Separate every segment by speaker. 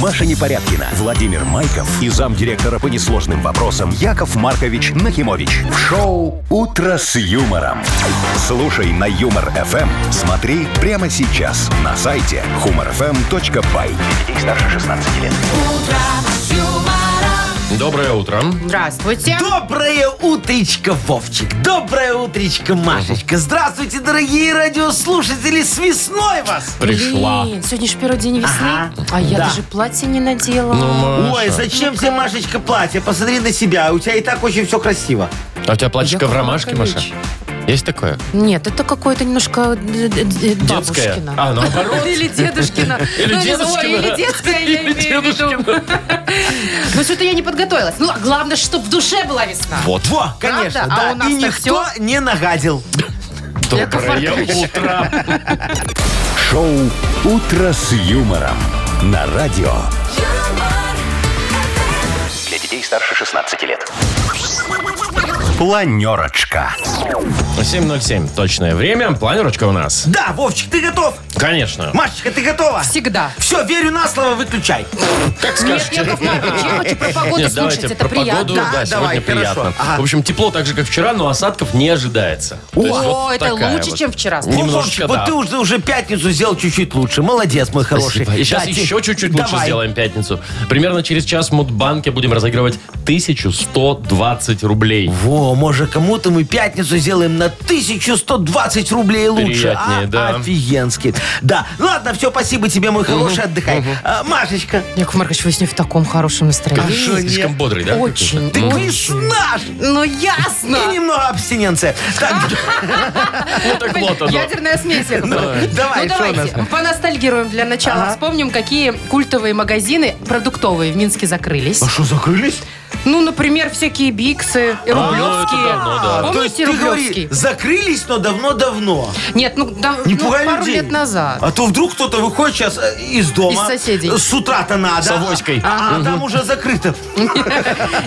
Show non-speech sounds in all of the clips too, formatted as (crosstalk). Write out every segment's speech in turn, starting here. Speaker 1: Маша Непорядкина, Владимир Майков и замдиректора по несложным вопросам Яков Маркович Нахимович. В шоу «Утро с юмором». Слушай на «Юмор-ФМ». Смотри прямо сейчас на сайте humorfm.by. Для детей старше 16 лет.
Speaker 2: Доброе утро.
Speaker 3: Здравствуйте.
Speaker 4: Доброе утречко, Вовчик. Доброе утречко, Машечка. Здравствуйте, дорогие радиослушатели. С весной вас.
Speaker 2: Пришла.
Speaker 3: Блин, сегодня же первый день весны.
Speaker 4: Ага.
Speaker 3: А я
Speaker 4: Да.
Speaker 3: даже платье не надела.
Speaker 2: Ну, Маша.
Speaker 4: Ой, зачем тебе, Машечка, платье? Посмотри на себя. У тебя и так очень все красиво.
Speaker 2: А у тебя платьишко
Speaker 3: Яков
Speaker 2: в ромашке, Маша?
Speaker 3: Маркович.
Speaker 2: Есть такое?
Speaker 3: Нет, это какое-то немножко э, д- д-
Speaker 2: Детское.
Speaker 3: д- бабушкино.
Speaker 2: А, наоборот.
Speaker 3: Или дедушкина.
Speaker 2: Или
Speaker 3: Ну, не знаю,
Speaker 2: дедушкино.
Speaker 3: Или детское, я имею в виду. Ну, что-то я не подготовилась. Ну, а главное, чтобы в душе была весна.
Speaker 2: Вот.
Speaker 4: Во, конечно,
Speaker 3: Правда? А
Speaker 4: да.
Speaker 3: у нас-то
Speaker 4: и никто
Speaker 3: всё.
Speaker 4: не нагадил.
Speaker 3: Яков
Speaker 2: Доброе утро.
Speaker 1: Шоу «Утро с юмором» на радио. Для детей старше 16 лет. Планерочка.
Speaker 2: 7.07. Точное время. Планерочка у нас.
Speaker 4: Да, Вовчик, ты готов?
Speaker 2: Конечно.
Speaker 4: Машечка, ты готова?
Speaker 3: Всегда.
Speaker 4: Все, верю на слово, выключай. Ну,
Speaker 2: Как
Speaker 3: Нет,
Speaker 2: скажете.
Speaker 3: Яков Маркович, я хочу про погоду
Speaker 2: Нет, давайте
Speaker 3: слушать. Это
Speaker 2: про погоду.
Speaker 3: приятно.
Speaker 2: Да, сегодня
Speaker 4: Да, давай, хорошо.
Speaker 2: приятно.
Speaker 4: Ага.
Speaker 2: В общем, тепло так же, как вчера, но осадков не ожидается. То есть
Speaker 3: О,
Speaker 2: вот
Speaker 3: это
Speaker 2: такая
Speaker 3: лучше,
Speaker 2: вот.
Speaker 3: чем вчера.
Speaker 2: Не-
Speaker 4: Вот,
Speaker 2: Немножечко,
Speaker 4: Вовчик,
Speaker 2: да.
Speaker 4: вот ты уже, уже пятницу сделал чуть-чуть лучше. Молодец, мой хороший.
Speaker 2: Спасибо. И сейчас
Speaker 4: Да,
Speaker 2: еще
Speaker 4: те-
Speaker 2: чуть-чуть лучше
Speaker 4: давай.
Speaker 2: сделаем пятницу. Примерно через час в Мудбанке будем разыгрывать 1120 рублей.
Speaker 4: Во, может, кому-то мы пятницу сделаем на 1120 рублей лучше. а?
Speaker 2: Приятнее, да.
Speaker 4: Офигенски. Да. Ладно, все, спасибо тебе, мой хороший, отдыхай. А, Машечка,
Speaker 3: Яков Маркович, вы с ней в таком хорошем настроении.
Speaker 2: Слишком бодрый, да?
Speaker 3: Очень.
Speaker 4: ты
Speaker 3: очень.
Speaker 4: весна ж.
Speaker 3: Ну, ясно.
Speaker 4: И немного абстиненция. Так,
Speaker 3: А?
Speaker 2: Ну так вот оно.
Speaker 3: Ядерная смесь, Яков Маркович.
Speaker 4: давай,
Speaker 3: Ну
Speaker 4: что у нас?
Speaker 3: давайте, поностальгируем для начала. Вспомним, какие культовые магазины продуктовые в Минске закрылись.
Speaker 4: А что, А, закрылись?
Speaker 3: Ну, например, всякие биксы, и
Speaker 4: ну,
Speaker 3: рублевские.
Speaker 2: давно, да.
Speaker 4: То есть
Speaker 3: Помните
Speaker 4: ты говори,
Speaker 3: А рублевский?
Speaker 4: закрылись, но давно-давно.
Speaker 3: Нет, ну, там,
Speaker 4: Не
Speaker 3: ну,
Speaker 4: пугай
Speaker 3: пару
Speaker 4: людей.
Speaker 3: лет назад.
Speaker 4: А то вдруг кто-то выходит сейчас э, из дома.
Speaker 3: Из соседей.
Speaker 4: С утра-то надо.
Speaker 2: С авоськой.
Speaker 4: А, а там уже закрыто.
Speaker 3: (laughs)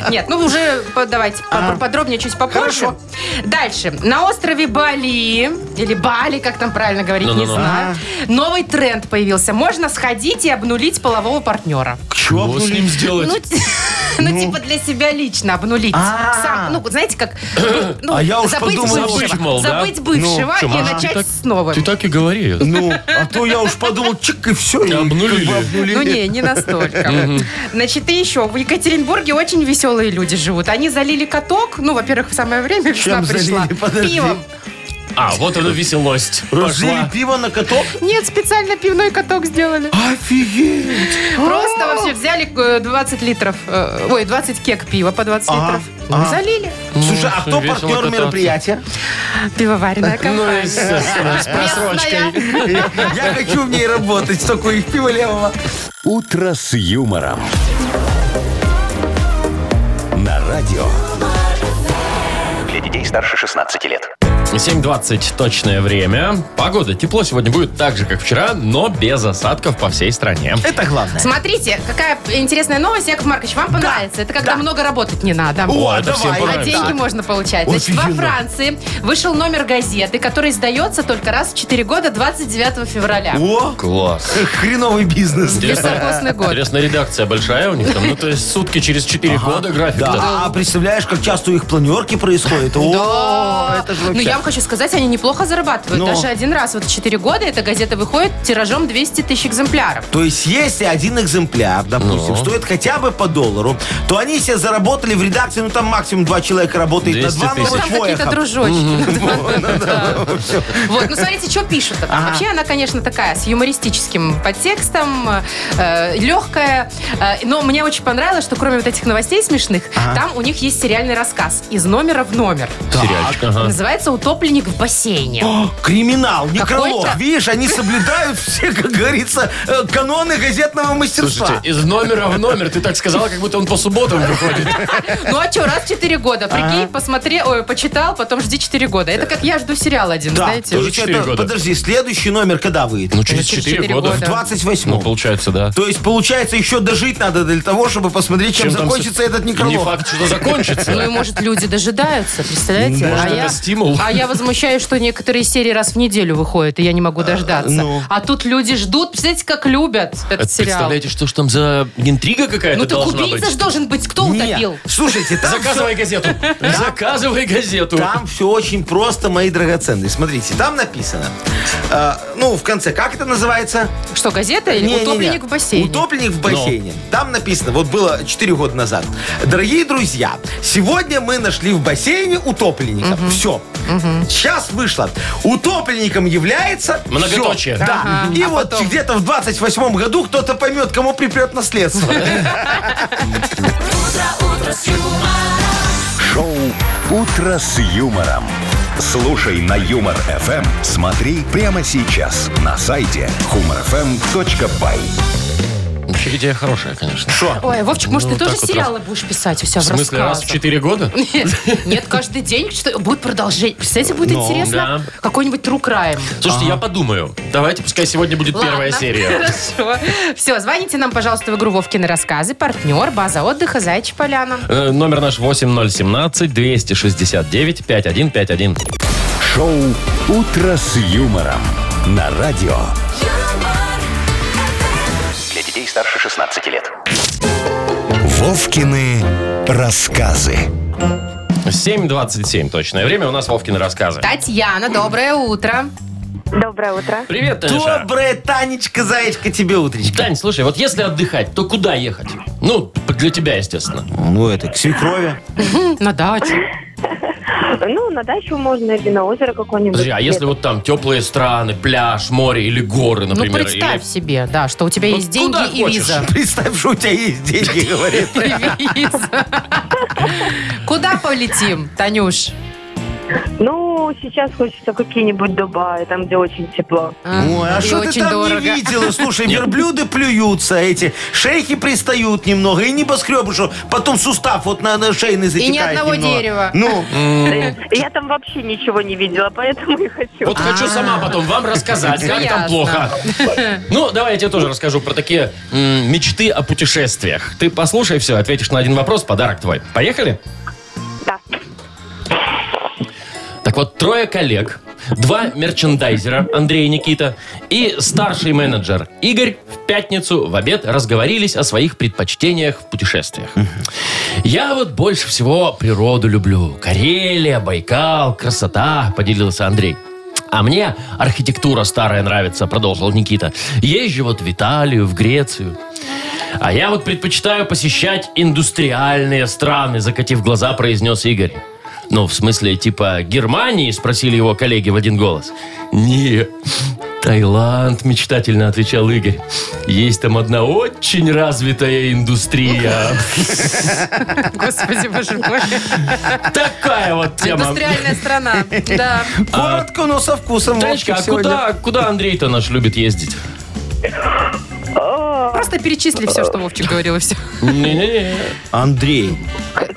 Speaker 3: Нет, ну уже по- давайте по- подробнее чуть попозже.
Speaker 4: Хорошо.
Speaker 3: Дальше. На острове Бали, или Бали, как там правильно говорить, не
Speaker 2: Ну-ну-ну.
Speaker 3: знаю. Новый тренд появился. Можно сходить и обнулить полового партнера.
Speaker 2: Что с ним сделать?
Speaker 3: Ну, ти- (laughs) ну, типа для себя лично обнулить.
Speaker 4: А.
Speaker 3: Сам, ну, знаете, как ну, ну,
Speaker 4: А я уж
Speaker 3: забыть
Speaker 4: подумал,
Speaker 3: бывшего,
Speaker 2: забыть, мол, да?
Speaker 3: забыть бывшего
Speaker 2: чё,
Speaker 3: и
Speaker 2: Маша,
Speaker 3: начать
Speaker 2: ты так-
Speaker 3: с новым.
Speaker 2: Ты так и говори.
Speaker 4: Ну, а то я уж подумал, чик, и все. и
Speaker 2: Обнулили.
Speaker 4: как бы обнулили.
Speaker 3: Ну не, не настолько. Значит, и еще. В Екатеринбурге очень веселые люди живут. Они залили каток. Ну, во-первых, в самое время весна
Speaker 4: Чем
Speaker 3: пришла.
Speaker 4: залили? Подожди.
Speaker 3: Пивом.
Speaker 2: А, вот она веселость.
Speaker 4: Разлили
Speaker 2: Пошла.
Speaker 4: пиво на каток?
Speaker 3: Нет, специально пивной каток сделали.
Speaker 4: А, Офигеть!
Speaker 3: Просто вообще взяли э, 20 литров, э, ой, 20 кек пива по 20
Speaker 4: Ага,
Speaker 3: литров.
Speaker 4: ага.
Speaker 3: Залили.
Speaker 4: Слушай, а кто
Speaker 2: Ну, весело
Speaker 4: партнер
Speaker 2: кататься.
Speaker 4: мероприятия?
Speaker 3: Пивоваренная
Speaker 2: Ну,
Speaker 3: компания.
Speaker 2: естественно, с просрочкой.
Speaker 3: Местная.
Speaker 4: Я хочу в ней работать, столько их пива левого.
Speaker 1: «Утро с юмором». На радио. Для детей старше 16 лет.
Speaker 2: 7.20 точное время. Погода. Тепло сегодня будет так же, как вчера, но без осадков по всей стране.
Speaker 4: Это главное.
Speaker 3: Смотрите, какая интересная новость, Яков Маркович, вам понравится. Это когда много работать не надо.
Speaker 2: О, это
Speaker 4: давай.
Speaker 2: всем
Speaker 4: А
Speaker 3: А
Speaker 2: понравится.
Speaker 3: деньги можно получать. Значит, во
Speaker 4: Офигенно.
Speaker 3: Франции вышел номер газеты, который сдается только раз в 4 года 29 февраля.
Speaker 4: О,
Speaker 2: Класс.
Speaker 4: хреновый бизнес.
Speaker 3: Високосный год.
Speaker 2: Интересно, редакция большая у них там. Ну, то есть сутки через 4 года график. да.
Speaker 4: Да, а представляешь, как часто у их планерки происходят? О,
Speaker 3: Да.
Speaker 4: это же
Speaker 3: Ну, я
Speaker 4: вообще...
Speaker 3: вам хочу сказать, они неплохо зарабатывают.
Speaker 4: Ну.
Speaker 3: Даже один раз, вот 4 года, эта газета выходит тиражом 200 тысяч экземпляров.
Speaker 4: То есть, если один экземпляр,
Speaker 2: Ну.
Speaker 4: допустим, стоит хотя бы по доллару, то они себе заработали в редакции, ну там максимум два человека работает на
Speaker 2: 200
Speaker 4: два
Speaker 2: тысяч.
Speaker 3: Ну, там какие-то
Speaker 4: новосвояха.
Speaker 3: дружочки. Да. Вот, ну смотрите, что пишут. Вообще она, конечно, такая, с юмористическим подтекстом, э, легкая. Э, Но мне очень понравилось, что кроме вот этих новостей смешных, там у них есть сериальный рассказ из номера в номер.
Speaker 2: Сериальчик. Ага.
Speaker 3: Называется «Утопленник в бассейне».
Speaker 4: А. О, (gasps) Криминал, некролог.
Speaker 3: Какой-то-
Speaker 4: Видишь, они соблюдают все, как говорится, э, каноны газетного мастерства.
Speaker 2: Слушайте, из номера в номер. Ты так сказала, как будто он по субботам выходит.
Speaker 3: Ну а что, раз в 4 года, прикинь, посмотри, ой, почитал, потом жди 4 года. Это как я жду сериал один,
Speaker 4: Э. да,
Speaker 3: знаете.
Speaker 2: тоже
Speaker 4: И что
Speaker 2: 4
Speaker 4: это-
Speaker 2: года.
Speaker 4: подожди, следующий номер когда выйдет?
Speaker 2: Ну, через
Speaker 3: через
Speaker 2: 4
Speaker 3: четыре
Speaker 2: года.
Speaker 4: В
Speaker 3: года. да.
Speaker 4: 28
Speaker 2: Ну, получается, да.
Speaker 4: То есть, получается, еще дожить надо для того, чтобы посмотреть, чем,
Speaker 2: там
Speaker 4: закончится
Speaker 2: с-
Speaker 4: этот
Speaker 2: Не
Speaker 4: некролог.
Speaker 2: факт, что
Speaker 3: (laughs) Ну и
Speaker 2: закончится.
Speaker 3: может люди дожидаются, представляете?
Speaker 2: Ну, Может, это стимул?
Speaker 3: А я возмущаюсь, что некоторые серии раз в неделю выходят, и я не могу дождаться.
Speaker 4: ну.
Speaker 3: А тут люди ждут, представляете, как любят этот
Speaker 2: Это
Speaker 3: сериал.
Speaker 2: Представляете, что ж там за интрига какая-то
Speaker 3: Ну так
Speaker 2: должна быть?
Speaker 3: убийца же должен быть, кто
Speaker 4: Не,
Speaker 3: утопил?
Speaker 4: Слушайте, там
Speaker 2: Заказывай
Speaker 4: всё-
Speaker 2: газету. Заказывай газету.
Speaker 4: Там все очень просто, мои драгоценные. Смотрите, там написано. э, ну, в конце, как это называется?
Speaker 3: Что, газета или
Speaker 4: Не-не-не.
Speaker 3: утопленник в бассейне?
Speaker 4: Утопленник в бассейне. Там написано, вот было 4 года назад. Дорогие друзья, сегодня мы нашли в бассейне утопленника. Все. Сейчас вышло. Утопленником является... всё.
Speaker 2: Многоточие.
Speaker 4: Да.
Speaker 3: Ага.
Speaker 4: И
Speaker 3: А
Speaker 4: вот
Speaker 3: потом?
Speaker 4: где-то в 28 году кто-то поймет, кому припрет наследство.
Speaker 1: Шоу «Утро с юмором». Слушай на Юмор ФМ. Смотри прямо сейчас на сайте humorfm.by.
Speaker 2: Вообще идея хорошая, конечно.
Speaker 3: Ой, Вовчик, может,
Speaker 2: Ну,
Speaker 3: ты тоже
Speaker 2: так вот
Speaker 3: сериалы будешь писать у себя
Speaker 2: В
Speaker 3: в,
Speaker 2: смысле, раз в
Speaker 3: рассказах?
Speaker 2: 4 года?
Speaker 3: Нет, каждый день что будет продолжение. Представляете, будет
Speaker 2: Ну,
Speaker 3: интересно какой-нибудь true crime.
Speaker 2: Слушайте, я подумаю. Давайте, пускай сегодня будет первая
Speaker 3: Ладно, (laughs)
Speaker 2: серия.
Speaker 3: Хорошо. Все, звоните нам, пожалуйста, в игру Вовкины рассказы. Партнер, база отдыха «Заячья поляна».
Speaker 2: Э, Номер наш 8017-269-5151.
Speaker 1: Шоу «Утро с юмором» на радио.
Speaker 5: Для детей старше 16 лет.
Speaker 1: Вовкины рассказы.
Speaker 2: 7.27 точное время. У нас Вовкины рассказы.
Speaker 3: Татьяна, доброе утро.
Speaker 6: Доброе утро.
Speaker 2: Привет, Танюша.
Speaker 4: Доброе, Танечка, Заячка, тебе утречко.
Speaker 2: Тань, слушай, вот если отдыхать, то куда ехать? Ну, для тебя, естественно.
Speaker 4: Ну, это к свекрови.
Speaker 3: На дачу.
Speaker 6: Ну, на дачу можно или на озеро какое-нибудь.
Speaker 2: Подожди, а если
Speaker 6: Летом.
Speaker 2: вот там теплые страны, пляж, море или горы,
Speaker 3: Ну,
Speaker 2: например?
Speaker 3: представь
Speaker 2: или-
Speaker 3: себе, да, что у тебя
Speaker 2: Ну,
Speaker 3: есть
Speaker 2: куда
Speaker 3: деньги и
Speaker 2: хочешь. (laughs)
Speaker 3: виза.
Speaker 4: Представь, что у тебя есть деньги, говорит.
Speaker 3: Виза. Куда полетим, Танюш?
Speaker 6: Ну, сейчас хочется какие-нибудь Дубаи, там, где очень тепло.
Speaker 4: Ой, а
Speaker 3: И
Speaker 4: что ты
Speaker 3: очень
Speaker 4: там
Speaker 3: дорого.
Speaker 4: не
Speaker 3: (laughs)
Speaker 4: видела? Слушай, верблюды плюются эти, шейхи пристают немного, и небоскребы, что потом сустав вот на, на шейный затекает
Speaker 3: одного
Speaker 4: немного.
Speaker 3: дерева.
Speaker 4: Ну,
Speaker 6: Я там вообще ничего не видела, поэтому и хочу.
Speaker 2: Вот хочу сама потом вам рассказать, как там
Speaker 3: Ясно.
Speaker 2: плохо. Ну, давай я тебе тоже расскажу про такие м, мечты о путешествиях. Ты послушай все, ответишь на один вопрос, подарок твой. Поехали?
Speaker 6: Да.
Speaker 2: Так вот, трое коллег, два мерчендайзера, Андрей и Никита, и старший менеджер Игорь в пятницу в обед разговорились о своих предпочтениях в путешествиях. Я вот больше всего природу люблю. Карелия, Байкал, красота, поделился Андрей. А мне архитектура старая нравится, продолжил Никита. Езжу вот в Италию, в Грецию. А я вот предпочитаю посещать индустриальные страны, закатив глаза, произнес Игорь. Ну, в смысле, типа Германии, спросили его коллеги в один голос. Не, Таиланд, мечтательно отвечал Игорь. Есть там одна очень развитая индустрия.
Speaker 3: Господи, боже мой.
Speaker 2: Такая вот
Speaker 4: А
Speaker 2: тема.
Speaker 3: Индустриальная страна. Да.
Speaker 4: коротко, но со вкусом.
Speaker 2: а Танечка, а
Speaker 4: Вовчик, сегодня.
Speaker 2: куда, куда Андрей-то наш любит ездить?
Speaker 3: Просто перечисли все, что Вовчик говорил, и все.
Speaker 2: Не-не-не.
Speaker 4: Андрей.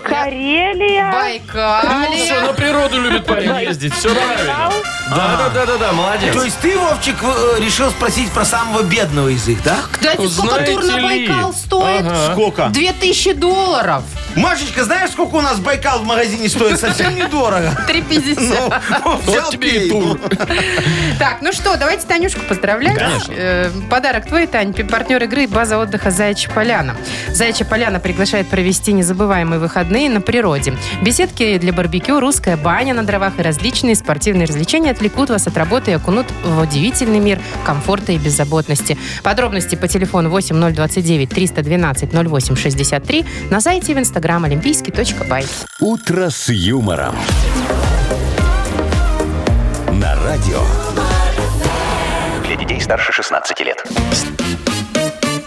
Speaker 6: Карелия.
Speaker 2: Ну всё,
Speaker 3: Байкалия.
Speaker 2: на природу любит парень ездить. Все правильно. Да-да-да-да, молодец.
Speaker 4: То есть ты, Вовчик, э, решил спросить про самого бедного из их, да?
Speaker 3: Кстати, сколько
Speaker 2: Знаете
Speaker 3: тур на
Speaker 2: ли?
Speaker 3: Байкал стоит?
Speaker 2: Ага.
Speaker 4: Сколько?
Speaker 3: 2000 долларов.
Speaker 4: Машечка, знаешь, сколько у нас Байкал в магазине стоит? Совсем (laughs) недорого.
Speaker 2: Ну,
Speaker 3: 3,50.
Speaker 4: Ну, Взял
Speaker 2: Вот тебе и
Speaker 4: пей.
Speaker 2: тур.
Speaker 3: Так, ну что, давайте Танюшку поздравлять.
Speaker 2: Конечно.
Speaker 3: Э, Подарок твой, Тань, Пи- партнер игры база отдыха «Заячья поляна». «Заячья поляна» приглашает провести незабываемые выходные на природе. Беседки для барбекю, русская баня на дровах и различные спортивные развлечения отвлекут вас от работы и окунут в удивительный мир комфорта и беззаботности. Подробности по телефону 8029 312 0863 на сайте и в инстаграм олимпийский.бай.
Speaker 1: «Утро с юмором». На радио.
Speaker 5: Для детей старше 16 лет.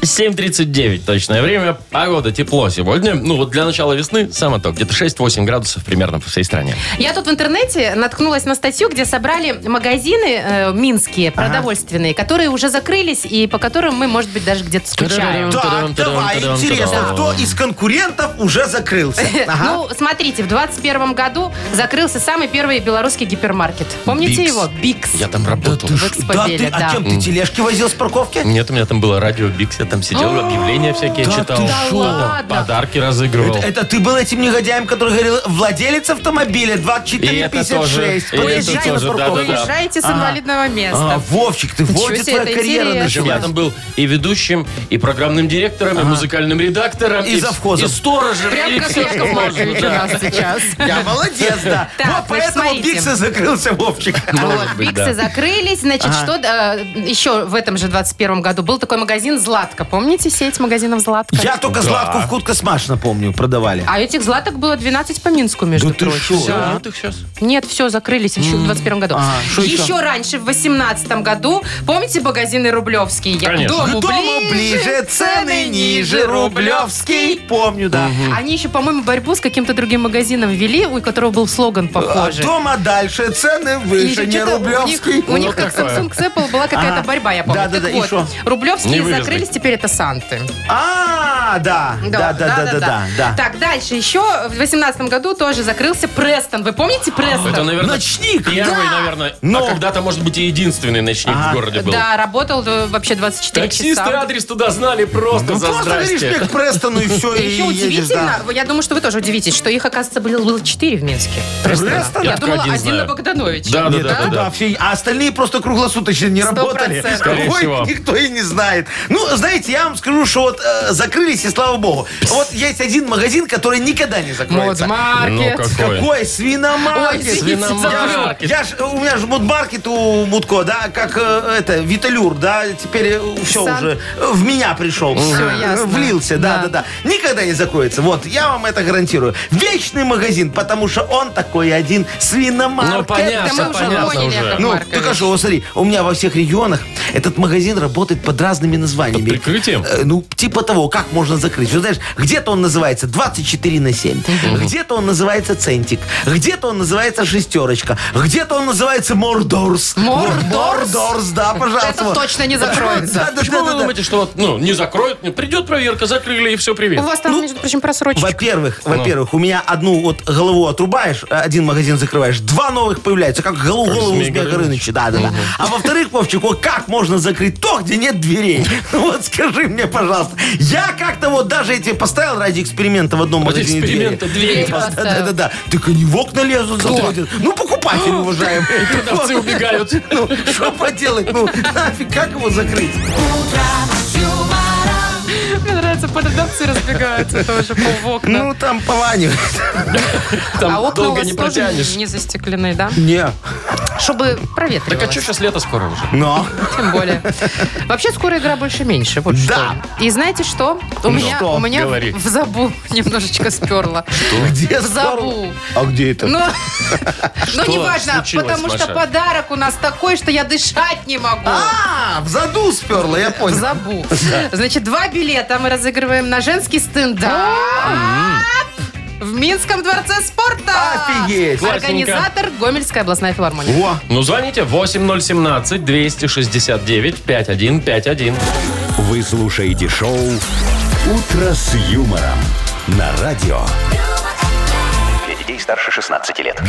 Speaker 2: 7.39 точное время. Погода, тепло сегодня. Ну вот для начала весны сам итог. Где-то 6-8 градусов примерно по всей стране.
Speaker 3: Я тут в интернете наткнулась на статью, где собрали магазины э, минские, продовольственные, которые уже закрылись и по которым мы, может быть, даже где-то скучаем. (laughs)
Speaker 4: Так, давай, интересно, кто из конкурентов уже закрылся? Ага.
Speaker 3: Ну, смотрите, в 21 году закрылся самый первый белорусский гипермаркет. Помните
Speaker 2: Бикс.
Speaker 3: его? Бикс.
Speaker 2: Я там работал.
Speaker 3: в
Speaker 4: Да,
Speaker 3: Экспобеле,
Speaker 4: ты, а
Speaker 3: да.
Speaker 4: чем ты тележки возил с парковки?
Speaker 2: Нет, у меня там было радио Бикс, я там сидел, объявления всякие читал.
Speaker 4: ты
Speaker 2: Да
Speaker 4: шо?
Speaker 2: ладно? Подарки разыгрывал.
Speaker 4: Это ты был этим негодяем, который говорил, владелец автомобиля
Speaker 2: И это тоже.
Speaker 4: 2456.
Speaker 2: И это
Speaker 4: Подъезжай на
Speaker 2: тоже,
Speaker 4: парковку.
Speaker 2: да-да-да.
Speaker 3: Уезжайте с инвалидного места.
Speaker 4: А, Вовчик, ты
Speaker 3: Ничего
Speaker 4: вот где
Speaker 3: себе,
Speaker 4: твоя
Speaker 3: это
Speaker 4: карьера
Speaker 3: интересно.
Speaker 2: Я там
Speaker 4: началась.
Speaker 2: был и ведущим, и программным директором, и музыкальным редактором,
Speaker 4: И завхозом.
Speaker 2: и сторожем. и
Speaker 3: Прям как
Speaker 2: всё, что
Speaker 3: Яков
Speaker 2: можно,
Speaker 3: Маркович у
Speaker 2: да.
Speaker 3: нас сейчас.
Speaker 4: (laughs) Я молодец, да.
Speaker 3: (laughs) Так,
Speaker 4: Вот
Speaker 3: вы
Speaker 4: поэтому
Speaker 3: смотрите.
Speaker 4: Бикса
Speaker 2: (laughs)
Speaker 4: закрылся, Вовчик.
Speaker 2: Может
Speaker 3: Вот,
Speaker 2: быть, да.
Speaker 3: биксы закрылись. Значит, что э, еще в этом же 21 году был такой магазин «Златка». Помните сеть магазинов «Златка»?
Speaker 4: Я только Златку в Кутка Смаш, напомню, продавали.
Speaker 3: А этих «Златок» было 12 по Минску, между
Speaker 4: Да ты
Speaker 3: прочим.
Speaker 4: шо?
Speaker 2: Всё,
Speaker 4: а?
Speaker 2: нет их сейчас.
Speaker 3: Нет, все, закрылись еще в 21 году.
Speaker 4: А, шо
Speaker 3: еще?
Speaker 4: еще?
Speaker 3: раньше, в 18 году, помните магазины Рублевские? Я
Speaker 2: Конечно.
Speaker 3: К дому,
Speaker 4: К дому ближе, цены ниже, Рублевский. Помню, да.
Speaker 3: Они еще, по-моему, борьбу с каким-то другим магазином вели, у которого был слоган
Speaker 4: А
Speaker 3: похожий.
Speaker 4: дома дальше, цены выше,
Speaker 3: И
Speaker 4: не
Speaker 3: что-то У
Speaker 4: Рублевский.
Speaker 3: них, у них как
Speaker 2: Ну, такое.
Speaker 3: Samsung с Apple была какая-то
Speaker 4: А,
Speaker 3: борьба, я помню.
Speaker 4: да-да-да,
Speaker 3: так
Speaker 4: и
Speaker 3: вот,
Speaker 4: шо?
Speaker 2: Не
Speaker 3: Рублевские
Speaker 2: вывезли.
Speaker 3: закрылись, теперь это Санты.
Speaker 4: А, да, да, да, да, да, да, да.
Speaker 3: Так, дальше еще в 18 году тоже закрылся Престон. Вы помните Престон?
Speaker 2: Это, наверное,
Speaker 4: Ночник.
Speaker 2: первый, наверное,
Speaker 4: Но.
Speaker 2: а когда-то, может быть, и единственный ночник в городе был.
Speaker 3: Да, работал э, вообще 24
Speaker 2: Таксисты
Speaker 3: часа.
Speaker 2: адрес туда знали просто
Speaker 4: Ну
Speaker 2: за
Speaker 4: просто говоришь
Speaker 2: здрасте.
Speaker 4: мне к Престону и все,
Speaker 3: И
Speaker 4: и
Speaker 3: еще
Speaker 4: едешь,
Speaker 3: удивительно,
Speaker 4: да.
Speaker 3: я думаю, что вы тоже удивитесь, что их, оказывается, было, было 4 в Минске.
Speaker 4: Престона?
Speaker 3: Я,
Speaker 2: Я только
Speaker 3: думала,
Speaker 2: один
Speaker 3: один,
Speaker 2: знаю.
Speaker 3: на Богдановича.
Speaker 2: Да, да,
Speaker 4: Нет,
Speaker 2: да,
Speaker 4: это
Speaker 2: да.
Speaker 4: вообще- А остальные просто круглосуточно не работали.
Speaker 3: процентов.
Speaker 2: Скорее
Speaker 4: Ой,
Speaker 2: всего.
Speaker 4: Никто и не знает. Ну, знаете, я вам скажу, что вот э, закрылись, и слава богу. Вот есть один магазин, который никогда не закроется.
Speaker 3: Модмаркет.
Speaker 2: Ну, какой.
Speaker 4: Какой
Speaker 3: Ой,
Speaker 4: свиномаркет?
Speaker 3: извините,
Speaker 4: Я ж-
Speaker 2: Свиномаркет.
Speaker 4: Я ж, у меня же мудмаркет у Мутко, да, как э, это, Виталюр, да, теперь все
Speaker 3: Сан-
Speaker 4: уже э, в меня пришел.
Speaker 3: Всё,
Speaker 4: Э,
Speaker 3: ясно.
Speaker 4: Влился, да,
Speaker 3: Да.
Speaker 4: да, да, Никогда не закроется. Вот, я вам это гарантирую. Вечный магазин, потому что он такой один свиномаркет.
Speaker 2: Ну, понятно,
Speaker 3: Да мы уже
Speaker 2: понятно
Speaker 3: поняли,
Speaker 2: уже.
Speaker 3: Яков
Speaker 4: Ну,
Speaker 3: Маркович.
Speaker 4: ты кажешь, вот смотри, у меня во всех регионах этот магазин работает под разными названиями.
Speaker 2: Под прикрытием?
Speaker 4: Э, ну, типа того, как можно закрыть. Вот знаешь, где-то он называется 24 на 7, где-то он называется Центик, где-то он называется Шестерочка, где-то он называется Мордорс.
Speaker 3: Мордорс?
Speaker 4: Мордорс, да, пожалуйста.
Speaker 3: Это точно не
Speaker 4: Да,
Speaker 3: закроется.
Speaker 4: да,
Speaker 2: Почему
Speaker 4: да,
Speaker 2: вы
Speaker 4: да, да.
Speaker 2: думаете, что вот, ну, не закроют, не придет проверка, закрыли, и все,
Speaker 3: У
Speaker 2: привет.
Speaker 3: вас
Speaker 4: Ну,
Speaker 3: там, между прочим, просрочка.
Speaker 4: Во-первых,
Speaker 2: Ну.
Speaker 4: во-первых, у меня одну вот голову отрубаешь, один магазин закрываешь, два новых появляются, как голову
Speaker 2: Как
Speaker 4: голову
Speaker 2: Змей
Speaker 4: Змея
Speaker 2: Горыныч.
Speaker 4: Горыныча. Да, да, да. А во-вторых, Вовчик, вот как можно закрыть то, где нет дверей? (laughs) Ну Вот скажи мне, пожалуйста. Я как-то вот даже эти поставил ради эксперимента в одном
Speaker 2: Вот
Speaker 4: магазине двери.
Speaker 2: эксперимента двери.
Speaker 3: Дверь. поставил.
Speaker 4: Да-да-да. Так они в окна лезут, заходят. Ну, покупатели, уважаемые.
Speaker 2: А,
Speaker 4: (laughs)
Speaker 2: Продавцы убегают.
Speaker 4: Ну, что поделать? Ну, нафиг, как его закрыть?
Speaker 3: Мне нравится, продавцы разбегаются тоже по окна.
Speaker 4: Ну, там пованивает.
Speaker 3: А
Speaker 2: Там
Speaker 3: окна у
Speaker 2: долго
Speaker 3: вас
Speaker 2: не
Speaker 3: тоже
Speaker 2: протянешь.
Speaker 3: не застеклены, да?
Speaker 4: Не.
Speaker 3: Чтобы
Speaker 2: Так а что
Speaker 3: проветривалось,
Speaker 2: сейчас лето скоро уже?
Speaker 4: Но.
Speaker 3: тем более. Вообще, скоро игра больше-меньше, вот
Speaker 4: Да.
Speaker 3: что.
Speaker 4: Ну
Speaker 3: И знаете что? У меня,
Speaker 4: что?
Speaker 3: у меня
Speaker 2: Говори.
Speaker 3: в забу (laughs) немножечко сперло.
Speaker 4: Где
Speaker 3: В
Speaker 4: скоро?
Speaker 3: забу.
Speaker 4: А где это? (laughs)
Speaker 3: Ну, ну, неважно,
Speaker 2: случилось,
Speaker 3: потому что
Speaker 2: Маша?
Speaker 3: подарок у нас такой, что я дышать не могу.
Speaker 4: А, в заду сперла, я
Speaker 3: В
Speaker 4: понял.
Speaker 3: забу.
Speaker 4: (laughs)
Speaker 3: Значит, два билета мы разыгрываем на женский стендап в Минском дворце спорта.
Speaker 4: М-м. Офигеть.
Speaker 3: Организатор Гомельская областная филармония.
Speaker 4: Во.
Speaker 2: Ну, звоните 8017-269-5151.
Speaker 1: Вы слушаете шоу «Утро с юмором» на радио.
Speaker 5: Для детей старше 16 лет.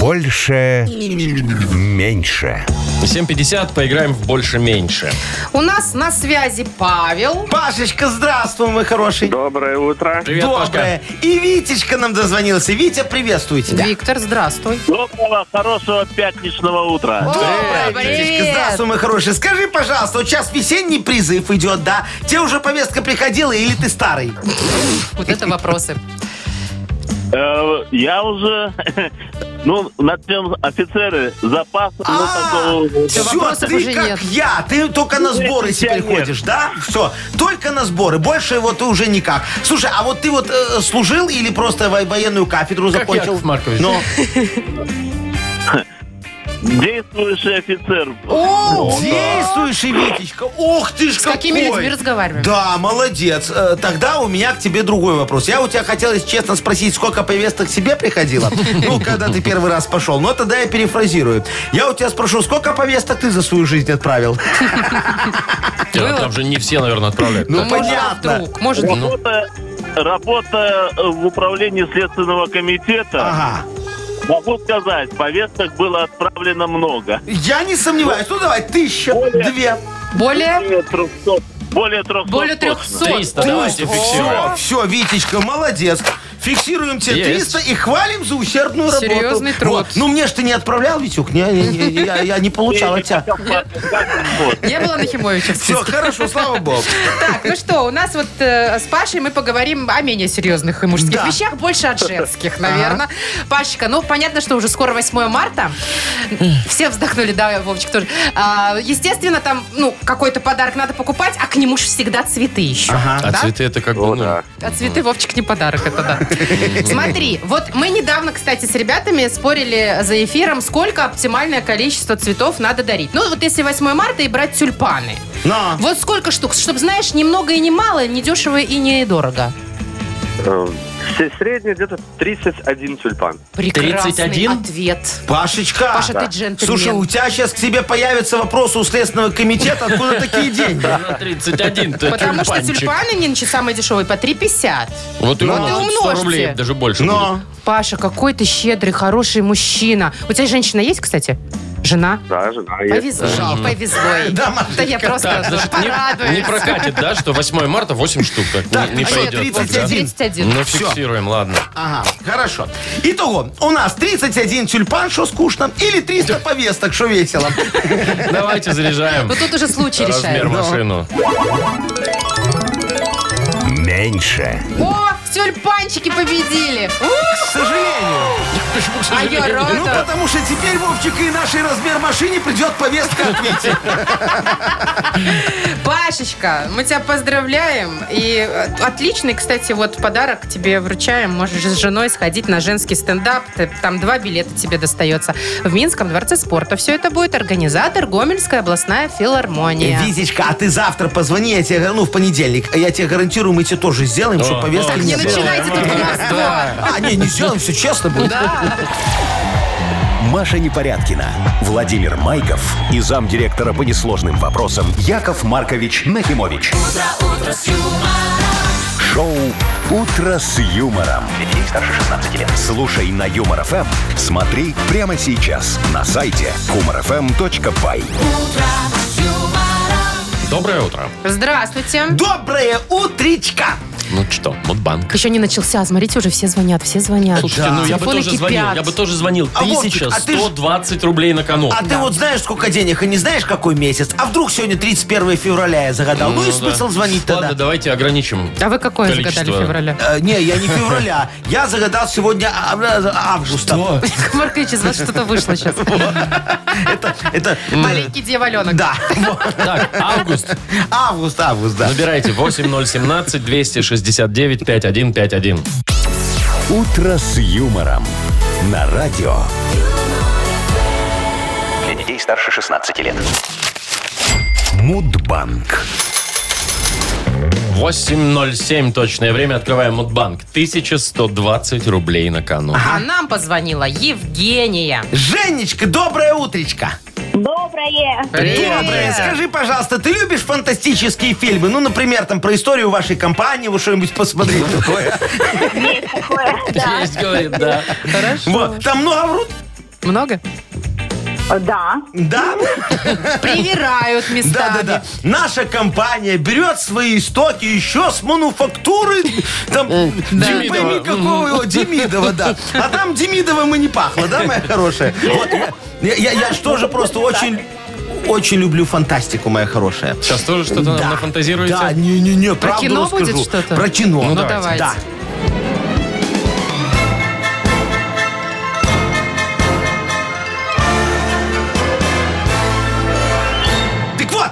Speaker 1: Больше. Меньше.
Speaker 2: 7.50, поиграем в «Больше-меньше».
Speaker 3: У нас на связи Павел.
Speaker 4: Пашечка, здравствуй, мой хороший.
Speaker 7: Доброе утро.
Speaker 2: Привет, Пашка.
Speaker 4: Доброе. И Витечка нам дозвонился. Витя, приветствую тебя.
Speaker 3: Виктор, здравствуй.
Speaker 7: Доброго, хорошего пятничного утра.
Speaker 3: О,
Speaker 4: Витечка, здравствуй, мой хороший. Скажи, пожалуйста, вот сейчас весенний призыв идет, да? Тебе уже повестка приходила или ты старый?
Speaker 3: Вот это вопросы.
Speaker 7: Э, я уже, (laughs) ну, на чем офицеры запас, ну,
Speaker 4: А,
Speaker 7: такого...
Speaker 3: Всё,
Speaker 4: все,
Speaker 3: вопросов уже
Speaker 4: ты как
Speaker 3: нет.
Speaker 4: я, ты только на
Speaker 7: Ты
Speaker 4: сборы теперь
Speaker 7: пенсионер.
Speaker 4: ходишь, да? Все, только на сборы, больше его ты уже никак. Слушай, а вот ты вот э, служил или просто во- военную кафедру
Speaker 2: Как
Speaker 4: закончил?
Speaker 2: Яков Маркович.
Speaker 4: Ну,
Speaker 7: Действующий офицер.
Speaker 4: О, действуешь, и Витечка. Ох ты ж
Speaker 3: С какими
Speaker 4: какой.
Speaker 3: людьми разговариваем?
Speaker 4: Да, молодец. Э, Тогда у меня к тебе другой вопрос. Я у тебя хотел, если честно, спросить, сколько повесток себе
Speaker 3: (laughs)
Speaker 4: приходило? Ну, когда ты первый раз пошел. Но тогда я перефразирую. Я у тебя спрошу, сколько повесток ты за свою жизнь отправил?
Speaker 2: Там там же не все, наверное, отправляют.
Speaker 4: Ну,
Speaker 3: Может,
Speaker 4: понятно.
Speaker 3: вдруг, может, ну.
Speaker 7: Работа, работа э, в управлении Следственного комитета.
Speaker 4: Ага.
Speaker 7: Могу сказать, повесток было отправлено много.
Speaker 4: Я не сомневаюсь. Ну, давай, тысяча,
Speaker 7: Более.
Speaker 4: две.
Speaker 3: Более...
Speaker 7: Более 300, Более 300
Speaker 3: Более
Speaker 7: точно.
Speaker 3: 300.
Speaker 2: 300 давайте
Speaker 3: Ух,
Speaker 2: фиксируем.
Speaker 4: Все, все, Витечка, молодец. Фиксируем тебе
Speaker 2: Есть.
Speaker 4: 300 и хвалим за ущербную работу.
Speaker 3: Серьезный труд.
Speaker 4: Вот. Ну, мне ж ты не отправлял, Витюк, не, не- не- я, я не получал от тебя.
Speaker 3: Я была Нахимовича в
Speaker 4: Все,
Speaker 3: списке.
Speaker 4: хорошо, слава богу.
Speaker 3: Так, ну что, у нас вот э, с Пашей мы поговорим о менее серьезных и мужских
Speaker 4: Да.
Speaker 3: вещах, больше о женских, наверное. Пашечка, ну понятно, что уже скоро 8 марта. Все вздохнули, да, Вовчик тоже. А, естественно, там, ну, какой-то подарок надо покупать, а к нему же всегда цветы еще.
Speaker 2: А
Speaker 3: да?
Speaker 2: цветы это как бы,
Speaker 7: О,
Speaker 2: ну,
Speaker 7: да.
Speaker 3: А цветы, Вовчик, не подарок, это да. Смотри, вот мы недавно, кстати, с ребятами спорили за эфиром, сколько оптимальное количество цветов надо дарить. Ну, вот если 8 марта и брать тюльпаны.
Speaker 4: На.
Speaker 3: Вот сколько штук, чтобы, знаешь, ни много и ни мало, ни дешево и не дорого.
Speaker 7: Э, се- Средний где-то 31 тюльпан.
Speaker 3: Прекрасный
Speaker 2: 31?
Speaker 3: ответ.
Speaker 4: Пашечка.
Speaker 3: Паша, ты джентльмен.
Speaker 4: Слушай, у тебя сейчас к тебе появятся вопросы у Следственного комитета, откуда
Speaker 3: (laughs)
Speaker 4: такие деньги.
Speaker 2: на 31 -то
Speaker 3: Потому что
Speaker 2: тюльпанчик.
Speaker 3: тюльпаны, Ниночи, самые дешевые по 3,50.
Speaker 2: Вот и
Speaker 3: Ну,
Speaker 2: умножить
Speaker 3: ты
Speaker 2: 100
Speaker 3: умножьте.
Speaker 2: рублей, даже больше
Speaker 4: Но.
Speaker 2: будет.
Speaker 3: Паша, какой ты щедрый, хороший мужчина. У тебя женщина есть, кстати? Жена?
Speaker 7: Да, жена есть.
Speaker 3: Повезло,
Speaker 2: (laughs)
Speaker 3: повезло ей.
Speaker 4: Да,
Speaker 3: Да я просто
Speaker 2: Так, значит, не, не
Speaker 3: порадуюсь.
Speaker 2: прокатит, да, что 8 марта 8 штук так,
Speaker 4: Так,
Speaker 2: не, не
Speaker 4: а нет,
Speaker 2: пойдет.
Speaker 4: 31.
Speaker 3: 31.
Speaker 2: Ну,
Speaker 4: Всё.
Speaker 2: фиксируем, ладно.
Speaker 4: Ага, хорошо. Итого, у нас 31 тюльпан, что скучно, или 300 повесток, что весело.
Speaker 2: Давайте заряжаем
Speaker 3: Ну тут уже случай
Speaker 2: размер
Speaker 3: решает. Ну.
Speaker 2: машину.
Speaker 1: Меньше.
Speaker 3: О, тюльпанчики победили.
Speaker 4: К сожалению.
Speaker 3: А я
Speaker 4: Ну,
Speaker 3: рада.
Speaker 4: потому что теперь, Вовчик, и нашей размер машине придет повестка от Вити.
Speaker 3: Пашечка, мы тебя поздравляем. И э, отличный, кстати, вот подарок тебе вручаем. Можешь с женой сходить на женский стендап. Ты- Там два билета тебе достается. В Минском дворце спорта. Все это будет организатор Гомельская областная филармония.
Speaker 4: Витечка, а ты завтра позвони, я тебе, ну, в понедельник, я тебе гарантирую, мы тебе тоже сделаем, чтобы
Speaker 2: О,
Speaker 4: повестка
Speaker 2: о,
Speaker 4: не
Speaker 3: Не
Speaker 2: Да.
Speaker 4: было.
Speaker 3: начинайте тут кумовство.
Speaker 4: А, не, не сделаем, все честно будет.
Speaker 1: Маша Непорядкина, Владимир Майков и замдиректора по несложным вопросам Яков Маркович Нахимович. Шоу Утро с юмором. Для детей старше 16 лет. Слушай на юмор ФМ. Смотри прямо сейчас на сайте humorfm.by.
Speaker 2: Доброе утро.
Speaker 3: Здравствуйте.
Speaker 4: Доброе утречка!
Speaker 2: Ну что, Мудбанк.
Speaker 3: Еще не начался, а смотрите, уже все звонят, все звонят.
Speaker 2: Слушайте, ну я бы
Speaker 3: Телефоны
Speaker 2: тоже
Speaker 3: кипят.
Speaker 2: звонил. Я бы тоже звонил.
Speaker 4: А, Вовчик, а ты ж-
Speaker 2: 1120 рублей на кону. Ну
Speaker 4: А ты вот знаешь, сколько денег, и не знаешь, какой месяц? А вдруг сегодня 31 февраля я загадал? Ну, и
Speaker 2: да.
Speaker 4: смысл звонить
Speaker 2: Ладно,
Speaker 4: тогда?
Speaker 2: давайте ограничим.
Speaker 3: А вы какое
Speaker 2: Количество.
Speaker 3: загадали февраля?
Speaker 4: Э, Не, я не февраля. Я загадал сегодня а- а- августа.
Speaker 2: О,
Speaker 3: (laughs) Маркович, из вас что-то вышло сейчас.
Speaker 4: Это, это...
Speaker 3: Маленький дьяволенок.
Speaker 4: Да, (laughs)
Speaker 2: Так,
Speaker 3: (laughs)
Speaker 2: август.
Speaker 4: август, август, да.
Speaker 2: Набирайте 8017 269 5151.
Speaker 1: Утро с юмором. На радио.
Speaker 5: Для детей старше 16 лет.
Speaker 1: Мудбанк.
Speaker 2: 8.07 точное время. Открываем Мудбанк. 1120 рублей на кону.
Speaker 3: А нам позвонила Евгения.
Speaker 4: Женечка, доброе утречка.
Speaker 6: Доброе.
Speaker 2: А,
Speaker 4: Доброе. Скажи, пожалуйста, ты любишь фантастические фильмы? Ну, например, там про историю вашей компании, вы что-нибудь посмотрели такое.
Speaker 6: Есть такое, да.
Speaker 2: Есть, говорит, да.
Speaker 4: Вот. Там ну, много врут?
Speaker 3: Много?
Speaker 6: Да.
Speaker 4: Да.
Speaker 3: Привирают местами.
Speaker 4: Да, да, да. Наша компания берет свои истоки еще с мануфактуры там не пойми
Speaker 2: Демидова.
Speaker 4: какого о, Демидова, да. А там Демидова мы не пахло, да, моя хорошая? Вот я- я, я, я ж тоже просто очень, очень люблю фантастику, моя хорошая.
Speaker 2: Сейчас тоже что-то
Speaker 4: Да.
Speaker 2: нафантазируете?
Speaker 4: Да, не-не-не, правду
Speaker 3: кино
Speaker 4: расскажу.
Speaker 3: будет что-то?
Speaker 4: Про кино.
Speaker 2: Ну,
Speaker 3: Ну, давайте.
Speaker 4: Да. Так вот,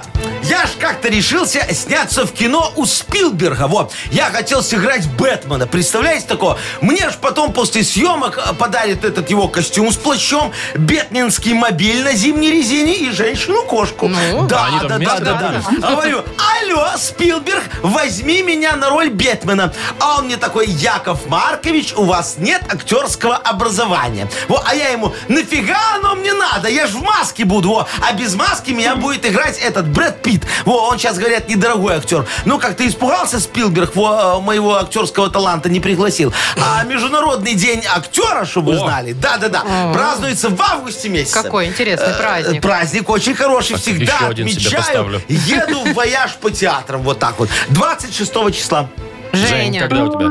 Speaker 4: я ж как-то решился сняться в кино у Спилберга. Вот, я хотел сыграть Бэтмена. Представляете такого? Мне ж потом после съемок э, подарят этот его костюм с плащом, бэтменский мобиль на зимней резине и женщину-кошку.
Speaker 3: Ну,
Speaker 4: да,
Speaker 2: они там
Speaker 4: да, да,
Speaker 2: вместе,
Speaker 4: да, да, Говорю, алло, Спилберг, возьми меня на роль Бэтмена. А он мне такой, Яков Маркович, у вас нет актерского образования. Во, а я ему, нафига оно мне надо? Я же в маске буду. Во, а без маски меня будет играть этот Брэд Питт. Во, Во, он сейчас, говорят, недорогой актер. Ну, как ты испугался, Спилберг, во, э, моего актерского таланта не пригласил. А Международный день актера, чтобы вы
Speaker 2: О.
Speaker 4: знали, да-да-да, празднуется в августе месяце.
Speaker 3: Какой интересный
Speaker 4: Э,
Speaker 3: праздник.
Speaker 4: Праздник очень хороший,
Speaker 2: Так,
Speaker 4: всегда
Speaker 2: еще один себе
Speaker 4: отмечаю.
Speaker 2: поставлю.
Speaker 4: Еду в вояж по театрам, вот так вот. 26 числа.
Speaker 2: Жень,
Speaker 3: Женя.
Speaker 2: когда у тебя?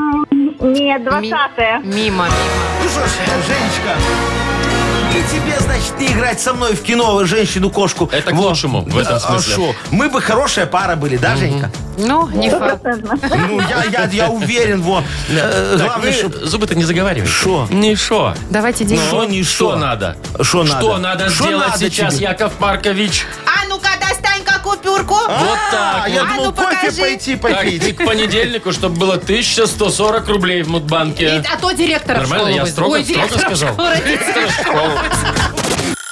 Speaker 4: Э,
Speaker 6: Нет,
Speaker 3: ми-
Speaker 6: двадцатое.
Speaker 3: Мимо, мимо.
Speaker 4: Ну что ж, Женечка, и тебе, значит, не играть со мной в кино женщину-кошку.
Speaker 2: Это к
Speaker 4: Во.
Speaker 2: лучшему в этом
Speaker 4: Да, а
Speaker 2: смысле.
Speaker 4: шо, Мы бы хорошая пара были, да, Женька?
Speaker 3: Ну, не факт.
Speaker 4: Ну, я, я, я уверен, во. Э,
Speaker 2: Так, ну,
Speaker 4: Главное,
Speaker 2: вы
Speaker 4: чтоб-
Speaker 2: зубы-то не заговариваете.
Speaker 4: Шо?
Speaker 2: Не шо.
Speaker 3: Давайте
Speaker 2: Ну,
Speaker 3: деньги.
Speaker 4: Шо не
Speaker 2: Что
Speaker 4: шо?
Speaker 2: надо?
Speaker 4: Шо надо?
Speaker 2: Что надо
Speaker 4: Шо
Speaker 2: сделать
Speaker 4: надо
Speaker 2: сейчас,
Speaker 4: тебе?
Speaker 2: Яков Маркович?
Speaker 3: А ну-ка, достань-ка купюрку.
Speaker 2: Вот так.
Speaker 4: А, я
Speaker 3: А,
Speaker 4: думал,
Speaker 3: ну,
Speaker 4: кофе
Speaker 3: покажи.
Speaker 4: пойти
Speaker 2: Так, ты
Speaker 4: попить.
Speaker 2: к понедельнику, чтобы было 1140 рублей в Мудбанке.
Speaker 3: И- А то директора в
Speaker 2: Нормально,
Speaker 3: школу
Speaker 2: я
Speaker 3: вызову.
Speaker 2: строго-
Speaker 3: Ой,
Speaker 2: строго
Speaker 3: директора в
Speaker 2: сказал.
Speaker 3: школу родителей.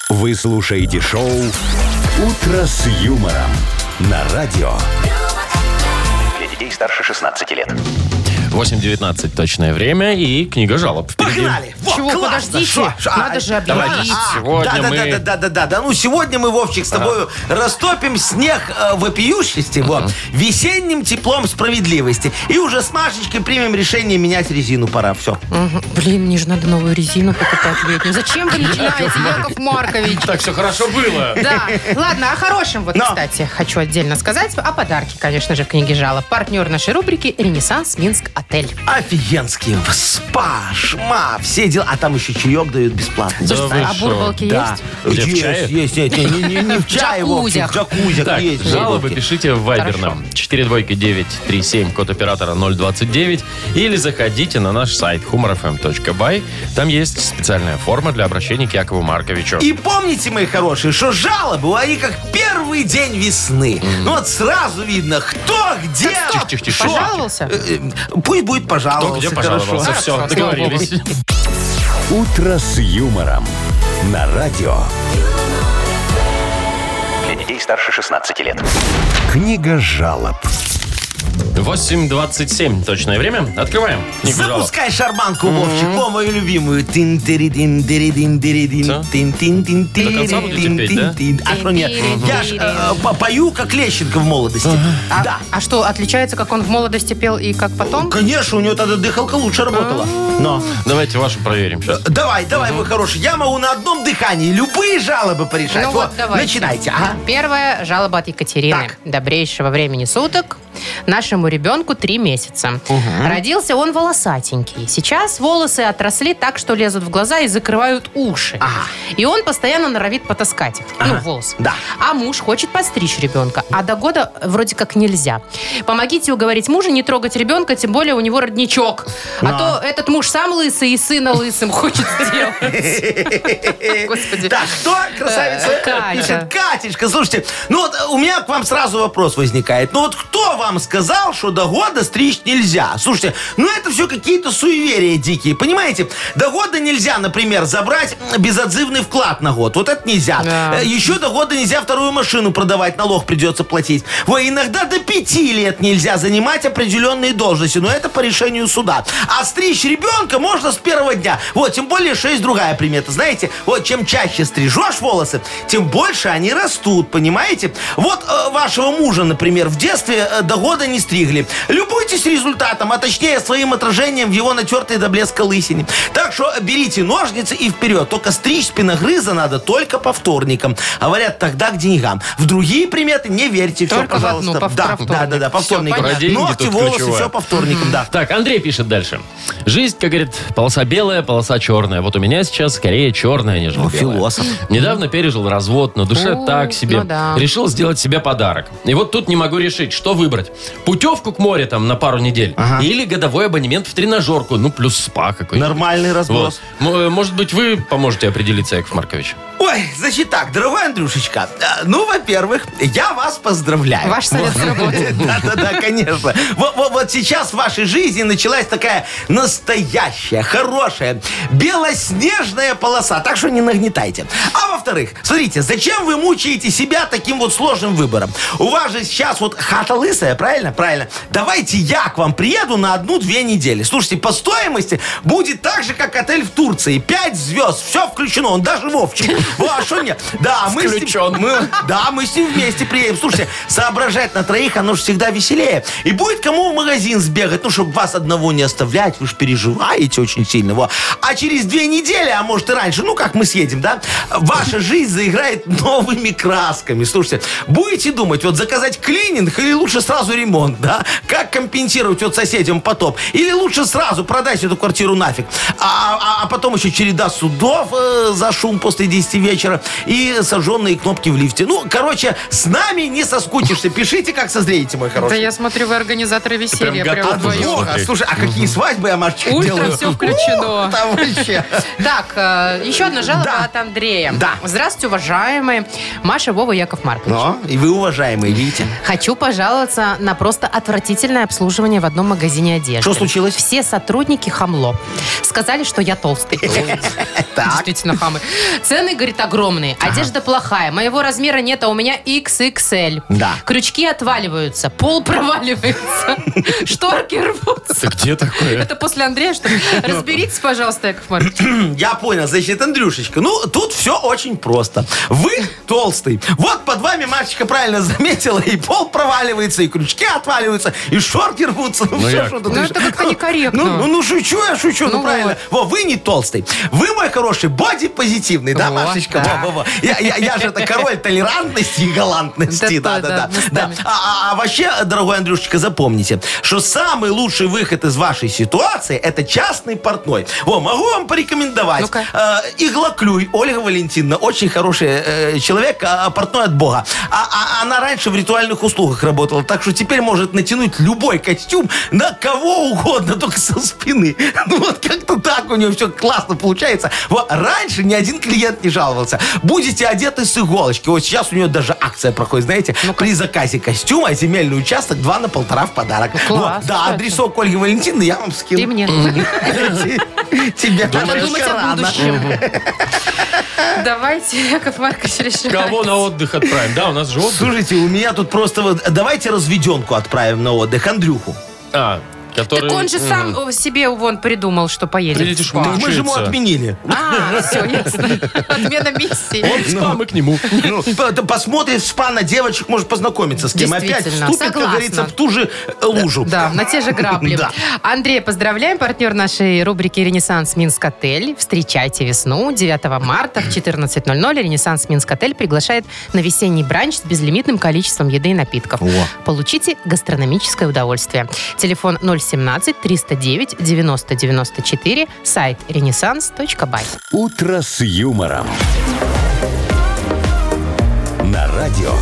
Speaker 1: Вы слушаете шоу «Утро с юмором» на радио.
Speaker 5: Для детей старше 16 лет.
Speaker 2: 8.19 точное время и книга жалоб. впереди.
Speaker 4: Погнали. Во,
Speaker 3: Чего,
Speaker 4: классно.
Speaker 3: подождите,
Speaker 4: Шо, шо, а,
Speaker 3: надо же объявить.
Speaker 2: Сегодня
Speaker 4: да,
Speaker 2: мы-
Speaker 4: да, да, да, да, да, да. Ну, сегодня мы, Вовчик, с тобой растопим снег э, вопиющести, вот, весенним теплом справедливости. И уже с Машечкой примем решение менять резину. Пора, все.
Speaker 3: Блин, мне же надо новую резину покупать летнюю. Зачем вы начинаете, Яков Маркович?
Speaker 2: Так все хорошо было.
Speaker 3: Да, ладно, о хорошем вот,
Speaker 4: Но.
Speaker 3: кстати, хочу отдельно сказать. О подарке, конечно же, в книге жалоб. Партнер нашей рубрики «Ренессанс Минск Отель».
Speaker 4: Офигенские. Спа, шма, все дела. А там еще чаек дают бесплатно.
Speaker 2: Да вы
Speaker 3: Слушайте, а
Speaker 2: шо?
Speaker 3: бурбалки
Speaker 4: Да.
Speaker 3: есть?
Speaker 2: Где, в
Speaker 4: Есть,
Speaker 2: чае?
Speaker 4: есть, нет, не, не- не в чае, Вовчик, в
Speaker 3: джакузях.
Speaker 4: джакузях
Speaker 2: Так,
Speaker 4: есть.
Speaker 2: жалобы
Speaker 4: Вовчик.
Speaker 2: пишите в Viber нам 42937, код оператора 029, или заходите на наш сайт humorfm.by. Там есть специальная форма для обращения к Якову Марковичу.
Speaker 4: И помните, мои хорошие, что жалобы, они как первый день весны. Ну вот сразу видно, кто где.
Speaker 2: Тихо, тихо, тихо.
Speaker 3: Пожаловался?
Speaker 4: Э, э, Пусть будет
Speaker 2: Кто
Speaker 4: пожаловался.
Speaker 2: где
Speaker 4: хорошо.
Speaker 2: пожаловался? Все,
Speaker 3: Хорошо,
Speaker 2: договорились.
Speaker 1: «Утро с юмором» на радио.
Speaker 5: Для детей старше 16 лет.
Speaker 1: Книга жалоб.
Speaker 2: 8.27 точное время. Открываем. книгу жалоб.
Speaker 4: Запускай шарманку, Вовчик, о, мою любимую. Тин тин тин тин
Speaker 2: Всё?
Speaker 4: тин тин тин
Speaker 2: До конца будете петь, да?
Speaker 4: А что нет? Я ж э, по- пою, как Лещенко в молодости. Да.
Speaker 3: А что, отличается, как он в молодости пел и как потом?
Speaker 4: Конечно, у него тогда дыхалка лучше работала. Но.
Speaker 2: Давайте вашу проверим сейчас.
Speaker 4: Давай, давай, мой хороший. Я могу на одном дыхании любые жалобы порешать.
Speaker 3: Ну вот, давайте.
Speaker 4: Начинайте, ага.
Speaker 3: Первая жалоба от Екатерины.
Speaker 4: Так.
Speaker 3: Добрейшего времени суток. Нашему ребенку три месяца. Родился он волосатенький. Сейчас волосы отросли так, что лезут в глаза и закрывают уши.
Speaker 4: Ага.
Speaker 3: И он постоянно норовит потаскать их. Ну,
Speaker 4: Ага.
Speaker 3: волосы.
Speaker 4: Да.
Speaker 3: А муж хочет подстричь ребенка. А до года вроде как нельзя. Помогите уговорить мужа не трогать ребенка, тем более у него родничок.
Speaker 4: Да.
Speaker 3: А то этот муж сам лысый и сына лысым хочет сделать.
Speaker 4: (laughs)
Speaker 3: Господи.
Speaker 4: Так, кто красавица
Speaker 3: Э, Катя.
Speaker 4: пишет? Катечка, слушайте, ну вот э, у меня к вам сразу вопрос возникает. Ну вот кто вам сказал, что до года стричь нельзя? Слушайте, ну это все какие-то суеверия дикие, понимаете? До года нельзя, например, забрать м, безотзывный вклад на год. Вот это нельзя.
Speaker 3: Да.
Speaker 4: Э, Еще до года нельзя вторую машину продавать, налог придется платить. Во, иногда до пяти лет нельзя занимать определенные должности, но это по решению суда. А стричь ребенка можно с первого дня. Вот, тем более, что есть другая примета. Знаете, вот чем чаще стрижешь волосы, тем больше они растут, понимаете? Вот э, вашего мужа, например, в детстве э, до года не стригли. Любуйтесь результатом, а точнее своим отражением в его натертой до блеска лысине. Так что берите ножницы и вперед. Только стричь спиногрыза надо только по вторникам. А Говорят, тогда к деньгам. В другие приметы не верьте. Все,
Speaker 3: Только в одну,
Speaker 4: пожалуйста.
Speaker 3: по-
Speaker 4: да,
Speaker 3: по
Speaker 4: да, да, да, по
Speaker 3: Всё,
Speaker 4: вторникам.
Speaker 2: понятно. Про деньги
Speaker 4: Ногти,
Speaker 2: тут
Speaker 4: волосы,
Speaker 2: ключевое.
Speaker 4: все по вторникам, да.
Speaker 2: Так, Андрей пишет дальше. Жизнь, как говорит, полоса белая, полоса черная. Вот у меня сейчас скорее черная, нежели
Speaker 4: Ну,
Speaker 2: белая.
Speaker 4: философ.
Speaker 2: Недавно пережил развод, на душе
Speaker 3: У,
Speaker 2: так себе.
Speaker 3: ну да.
Speaker 2: Решил сделать себе подарок. И вот тут не могу решить, что выбрать. Путевку к морю там на пару недель. Или годовой абонемент в тренажерку. Ну, плюс спа какой-нибудь.
Speaker 4: Нормальный разброс.
Speaker 2: Вот. М- э, Может быть, вы поможете определиться, Яков
Speaker 3: (laughs)
Speaker 2: Маркович?
Speaker 4: Ой, значит так, дорогой Андрюшечка, э, ну, во-первых, я вас поздравляю.
Speaker 3: Ваш совет сработал.
Speaker 4: (laughs) Да-да-да, конечно. Вот, вот- вот сейчас в вашей жизни началась такая настоящая, хорошая, белоснежная полоса. Так что не нагнетайте. А Во-вторых, смотрите, зачем вы мучаете себя таким вот сложным выбором? У вас же сейчас вот хата лысая, правильно? Правильно. Давайте я к вам приеду на одну-две недели. Слушайте, по стоимости будет так же, как отель в Турции. Пять звезд, все включено, он даже Вовчик. Во, а что нет? Да, мы с ним-
Speaker 2: Включен.
Speaker 4: мы- да, мы с ним вместе приедем. Слушайте, соображать на троих, оно же всегда веселее. И будет кому в магазин сбегать, ну, чтобы вас одного не оставлять, вы же переживаете очень сильно. Во. А через две недели, а может и раньше, ну, как мы съедем, да, ваша жизнь заиграет новыми красками. Слушайте, будете думать, вот заказать клининг или лучше сразу ремонт, да? Как компенсировать вот соседям потоп? Или лучше сразу продать эту квартиру нафиг? А, а- а потом еще череда судов э, за шум после 10 вечера и сожженные кнопки в лифте. Ну, короче, с нами не соскучишься. Пишите, как созреете, мой
Speaker 3: Да
Speaker 4: хороший.
Speaker 3: я смотрю, вы организаторы веселья
Speaker 2: прям
Speaker 3: прям
Speaker 2: готов уже.
Speaker 3: вдвоем.
Speaker 4: Бога,
Speaker 2: смотри.
Speaker 4: слушай, а какие свадьбы я, Машечка,
Speaker 3: Ультра
Speaker 4: делаю?
Speaker 3: всё
Speaker 4: (laughs)
Speaker 3: включено.
Speaker 4: У, Там вообще.
Speaker 3: Так, э, еще одна жалоба
Speaker 4: Да.
Speaker 3: от Андрея.
Speaker 4: Да. Ну.
Speaker 3: Здравствуйте, уважаемые Маша, Вова, Яков Маркович.
Speaker 4: Но, и вы, уважаемые, видите?
Speaker 3: Хочу пожаловаться на просто отвратительное обслуживание в одном магазине одежды.
Speaker 4: Что случилось?
Speaker 3: Все сотрудники хамло. Сказали, что я толстый.
Speaker 4: Так.
Speaker 3: Действительно хамы. Цены, говорит, огромные. Одежда плохая. Моего размера нет, а у меня XXL.
Speaker 4: Да.
Speaker 3: Крючки отваливаются. Пол (laughs) проваливается. Шторки рвутся.
Speaker 2: Где такое? Ну.
Speaker 3: Это после Андрея, что ли? Разберитесь, пожалуйста, Яков Маркович.
Speaker 4: (clears throat) Я понял, значит, Андрюшечка, ну, тут все очень просто. Вы толстый. Вот под вами Машечка правильно заметила, и пол проваливается, и крючки отваливаются, и шорки рвутся. Ну, всё,
Speaker 2: Яков.
Speaker 4: что тут
Speaker 3: Ну,
Speaker 4: еще.
Speaker 3: это как-то некорректно.
Speaker 4: Ну, ну, ну, шучу я, шучу, ну,
Speaker 3: Ну,
Speaker 4: правильно. Во, вы не толстый. Вы, мой хороший, боди позитивный, да,
Speaker 3: Вот
Speaker 4: Машечка?
Speaker 3: так.
Speaker 4: Во, во, во. Я, я- я же это король толерантности и галантности.
Speaker 3: Да,
Speaker 4: Да,
Speaker 3: да,
Speaker 4: да, да.
Speaker 3: да,
Speaker 4: да.
Speaker 3: местами.
Speaker 4: А, а- а вообще, дорогой Андрюшечка, запомните, что самый лучший выход из вашей ситуации это частный портной. Во, могу вам порекомендовать.
Speaker 3: Ну-ка.
Speaker 4: Э, Иглоклюй, Ольга Валентиновна, очень хороший э, человек, а, портной от бога. А, а- она раньше в ритуальных услугах работала, так что теперь может натянуть любой костюм на кого угодно, только со спины. (laughs) Ну вот как-то так у нее все классно получается. Вот раньше ни один клиент не жаловался. Будете одеты с иголочки. Вот сейчас у нее даже акция проходит, знаете, при заказе костюма земельный участок 2 на полтора в подарок.
Speaker 3: Ну, класс,
Speaker 4: Вот, да,
Speaker 3: кстати.
Speaker 4: адресок Ольги Валентиновны я вам скину.
Speaker 3: Ты мне.
Speaker 4: (laughs) Тебе
Speaker 3: Надо думать о
Speaker 4: рано.
Speaker 3: будущем. Давайте, Яков Маркович, решать.
Speaker 2: Кого на отдых отправим? Да, у нас же отдых.
Speaker 4: Слушайте, у меня тут просто вот... Давайте разведенку отправим на отдых, Андрюху.
Speaker 2: А, который...
Speaker 3: Так он же сам э, себе вон придумал, что поедет.
Speaker 2: Прилетишь
Speaker 3: в спа.
Speaker 2: в Мурманск.
Speaker 4: Мы же ему
Speaker 2: Мучается.
Speaker 4: отменили.
Speaker 3: А, все, ясно. Отмена миссии.
Speaker 2: Он в спа, мы к нему.
Speaker 4: Ну, (laughs) п- да посмотрит в спа на девочек, может познакомиться с кем. Опять
Speaker 3: Действительно,
Speaker 4: вступит, как
Speaker 3: согласна.
Speaker 4: говорится, в ту же э, лужу.
Speaker 3: Да, на те же грабли.
Speaker 4: Да.
Speaker 3: Андрей, поздравляем, партнер нашей рубрики «Ренессанс Минск Отель». Встречайте весну 9 марта в 14.00. «Ренессанс Минск Отель» приглашает на весенний бранч с безлимитным количеством еды и напитков. Получите гастрономическое удовольствие. Телефон 017-309-9094, сайт renaissance.by.
Speaker 1: «Утро с юмором». На радио.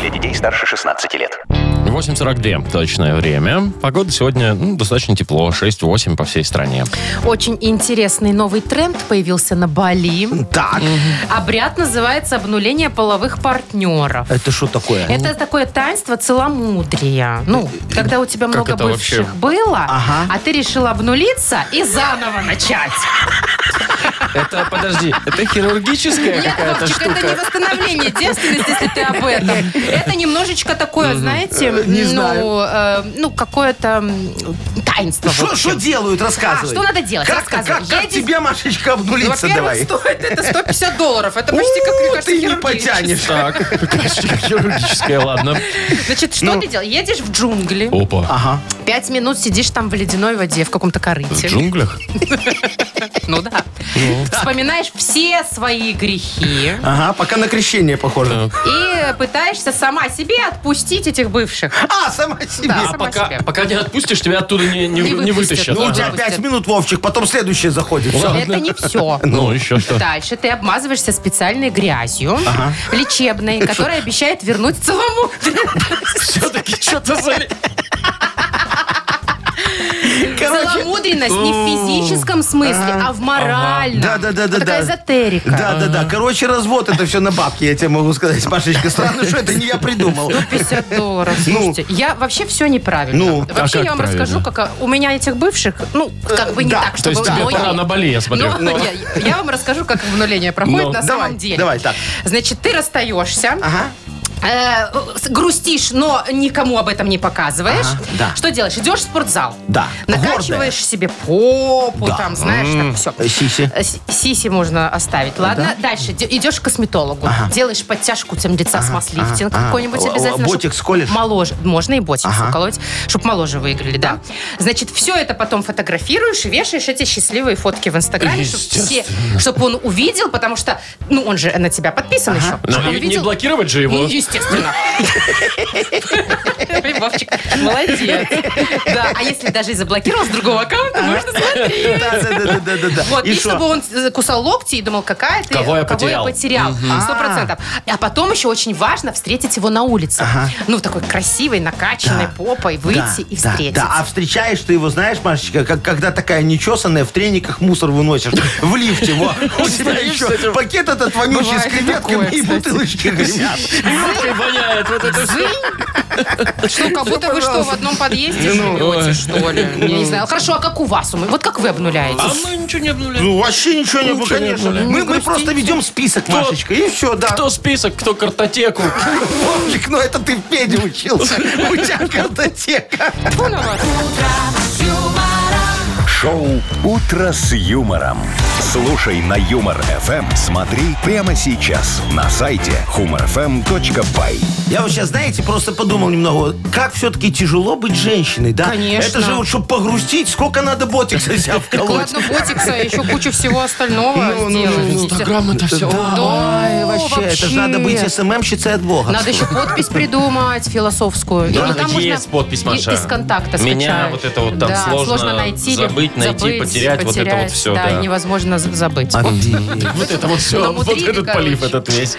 Speaker 5: Для детей старше 16 лет.
Speaker 2: 8.42 точное время. Погода сегодня ну, достаточно тепло, 6-8 по всей стране.
Speaker 3: Очень интересный новый тренд появился на Бали.
Speaker 4: (laughs) Так,
Speaker 3: Обряд называется обнуление половых партнеров.
Speaker 4: это что такое?
Speaker 3: Это такое таинство целомудрия. Ну, когда у тебя много
Speaker 2: это вообще?
Speaker 3: бывших было,
Speaker 4: Ага.
Speaker 3: а ты решила обнулиться и заново начать.
Speaker 2: Это, подожди, это хирургическая
Speaker 3: Нет, Вовчик, это не восстановление девственности, если ты об этом. Это немножечко такое, знаете,
Speaker 4: э, Не
Speaker 3: ну,
Speaker 4: знаю.
Speaker 3: э, ну, какое-то м, таинство. Ну, в
Speaker 4: Что,
Speaker 3: общем.
Speaker 4: что делают? Рассказывай.
Speaker 3: А, что надо делать?
Speaker 4: Как,
Speaker 3: Рассказывай.
Speaker 4: как- как
Speaker 3: Я здесь-
Speaker 4: тебе, Машечка,
Speaker 3: Ну,
Speaker 4: обнулиться
Speaker 3: Во-первых,
Speaker 4: давай?
Speaker 3: стоит это 150 долларов. Это почти как, мне
Speaker 4: Ну,
Speaker 3: кажется,
Speaker 4: ты не
Speaker 3: хирургическое.
Speaker 4: потянешь.
Speaker 2: Так, почти хирургическая, ладно.
Speaker 3: Значит, что
Speaker 4: Ну.
Speaker 3: ты делаешь? Едешь в джунгли,
Speaker 2: Опа.
Speaker 4: Ага.
Speaker 3: пять минут сидишь там в ледяной воде, в каком-то
Speaker 2: В
Speaker 3: корыте.
Speaker 2: джунглях?
Speaker 3: Ну да. Вспоминаешь все свои грехи
Speaker 4: Ага, пока на крещение похоже.
Speaker 3: и пытаешься сама себе отпустить этих бывших.
Speaker 4: А, сама себе.
Speaker 3: Да.
Speaker 2: А
Speaker 3: Сама
Speaker 2: пока,
Speaker 3: себе.
Speaker 2: пока не отпустишь, тебя оттуда не, не,
Speaker 3: Не
Speaker 2: не
Speaker 3: выпустят.
Speaker 2: вытащат.
Speaker 4: Ну, у тебя
Speaker 3: Ага.
Speaker 4: пять минут, Вовчик, потом следующее заходит. Всё.
Speaker 2: Ладно.
Speaker 3: Это не все.
Speaker 2: Ну, еще что?
Speaker 3: Дальше ты обмазываешься специальной грязью, лечебной, которая обещает вернуть целому.
Speaker 2: Все-таки что-то за...
Speaker 3: Целомудренность не в физическом смысле, а в моральном.
Speaker 4: Да, да, да, да.
Speaker 3: Такая
Speaker 4: да.
Speaker 3: эзотерика.
Speaker 4: Да, да, да. Короче, развод это все на бабки, я тебе могу сказать, Машечка. Странно, что это не я придумал.
Speaker 3: 50 долларов. Слушайте, я вообще все неправильно.
Speaker 4: Ну,
Speaker 2: а
Speaker 3: вообще
Speaker 2: как
Speaker 3: я вам
Speaker 2: правильно?
Speaker 3: расскажу, как а, у меня этих бывших, ну, как бы не
Speaker 4: да.
Speaker 3: так,
Speaker 2: То
Speaker 3: чтобы
Speaker 2: есть тебе
Speaker 3: ноги-
Speaker 2: пора на Бали, я смотрю.
Speaker 3: Ну,
Speaker 2: Ну.
Speaker 3: я- я вам расскажу, как обнуление проходит
Speaker 2: Ну.
Speaker 3: на
Speaker 4: Давай,
Speaker 3: самом деле.
Speaker 4: давай, так.
Speaker 3: Значит, ты расстаешься,
Speaker 4: Ага.
Speaker 3: э, с- грустишь, но никому об этом не показываешь.
Speaker 4: Ага, да.
Speaker 3: Что делаешь? Идешь в спортзал.
Speaker 4: Да,
Speaker 3: Накачиваешь
Speaker 4: гордая.
Speaker 3: себе попу,
Speaker 4: Да.
Speaker 3: там, знаешь, так
Speaker 4: Э,
Speaker 3: все.
Speaker 4: Сиси.
Speaker 3: Э, с- Сиси можно оставить, ладно? Дальше де- идешь к косметологу, делаешь подтяжку тем лица с маслифтинг
Speaker 4: ага.
Speaker 3: какой-нибудь
Speaker 4: О, о,
Speaker 3: обязательно. чтоб
Speaker 4: ботикс колешь?
Speaker 3: Моложе. Можно и ботикс
Speaker 4: Ага.
Speaker 3: уколоть, чтобы моложе выиграли, да. Значит, все это потом фотографируешь и вешаешь эти счастливые фотки в Инстаграме, чтобы все, чтобы он увидел, потому что, ну, он же на тебя подписан еще.
Speaker 2: Ну,
Speaker 3: Чтоб
Speaker 2: и
Speaker 3: он
Speaker 2: не
Speaker 3: а видел.
Speaker 2: блокировать же его.
Speaker 3: Ну, естественно. Вовчик, молодец. Да, а если даже и заблокировал с другого аккаунта, можно смотреть.
Speaker 4: Да, да, да, да, да, да.
Speaker 3: Вот, и,
Speaker 4: И
Speaker 3: чтобы
Speaker 4: что?
Speaker 3: он э, кусал локти и думал, какая ты,
Speaker 2: Кого я потерял.
Speaker 3: потерял. Сто процентов. А потом еще очень важно встретить его на улице. Ну, в такой красивой, накачанной
Speaker 4: Да.
Speaker 3: попой выйти и
Speaker 4: да,
Speaker 3: встретить.
Speaker 4: да, а встречаешь ты его, знаешь, Машечка, как, когда такая нечесанная, в трениках мусор выносишь. В лифте,
Speaker 3: (laughs)
Speaker 4: во. У тебя еще пакет этот вонючий
Speaker 3: Бывает
Speaker 4: с
Speaker 3: и
Speaker 4: креветками
Speaker 3: такое,
Speaker 4: и
Speaker 3: кстати. Ну,
Speaker 4: бутылочки гремят.
Speaker 2: Водкой воняет вот это все.
Speaker 4: А
Speaker 3: Что, как будто вы что, в одном подъезде
Speaker 2: Ну,
Speaker 3: живете, что ли? Я не знаю. Хорошо, а как у вас? у м- Вот как вы обнуляете?
Speaker 2: А мы ничего не обнуляли.
Speaker 4: Ну, вообще ничего не было,
Speaker 2: Ничего не
Speaker 4: конечно.
Speaker 2: было.
Speaker 4: Мы, мы просто ведем список, Машечка, и все, да.
Speaker 2: Кто список, кто картотеку.
Speaker 4: (laughs)
Speaker 3: А
Speaker 4: Вовчик, ну это ты в Педе
Speaker 3: (laughs)
Speaker 4: учился. У тебя картотека.
Speaker 1: Шоу «Утро с юмором». Слушай на Юмор ФМ. Смотри прямо сейчас на сайте humorfm.by.
Speaker 4: Я вот сейчас, знаете, просто подумал немного, вот как все-таки тяжело быть женщиной, да?
Speaker 3: Конечно.
Speaker 4: Это же вот, чтобы погрустить, сколько надо ботикса себя
Speaker 3: Так
Speaker 4: вколоть.
Speaker 3: Ну ладно, ботикса, еще кучу всего
Speaker 4: Ну,
Speaker 3: остального сделать.
Speaker 2: Инстаграм-то все.
Speaker 4: Ой, вообще, это же надо быть СММщицей от Бога.
Speaker 3: Надо еще подпись придумать философскую.
Speaker 2: Да,
Speaker 3: Или там можно
Speaker 2: есть подпись,
Speaker 3: и-
Speaker 2: Маша.
Speaker 3: Из контакта скачать.
Speaker 2: Меня вот это вот там
Speaker 3: Да,
Speaker 2: сложно
Speaker 3: найти, или
Speaker 2: забыть, найти, потерять, вот это вот
Speaker 3: потерять,
Speaker 2: всё, да.
Speaker 3: невозможно з- забыть.
Speaker 2: Вот это вот все. Вот
Speaker 3: Намудрили,
Speaker 2: этот полив
Speaker 3: короче.
Speaker 2: этот весь.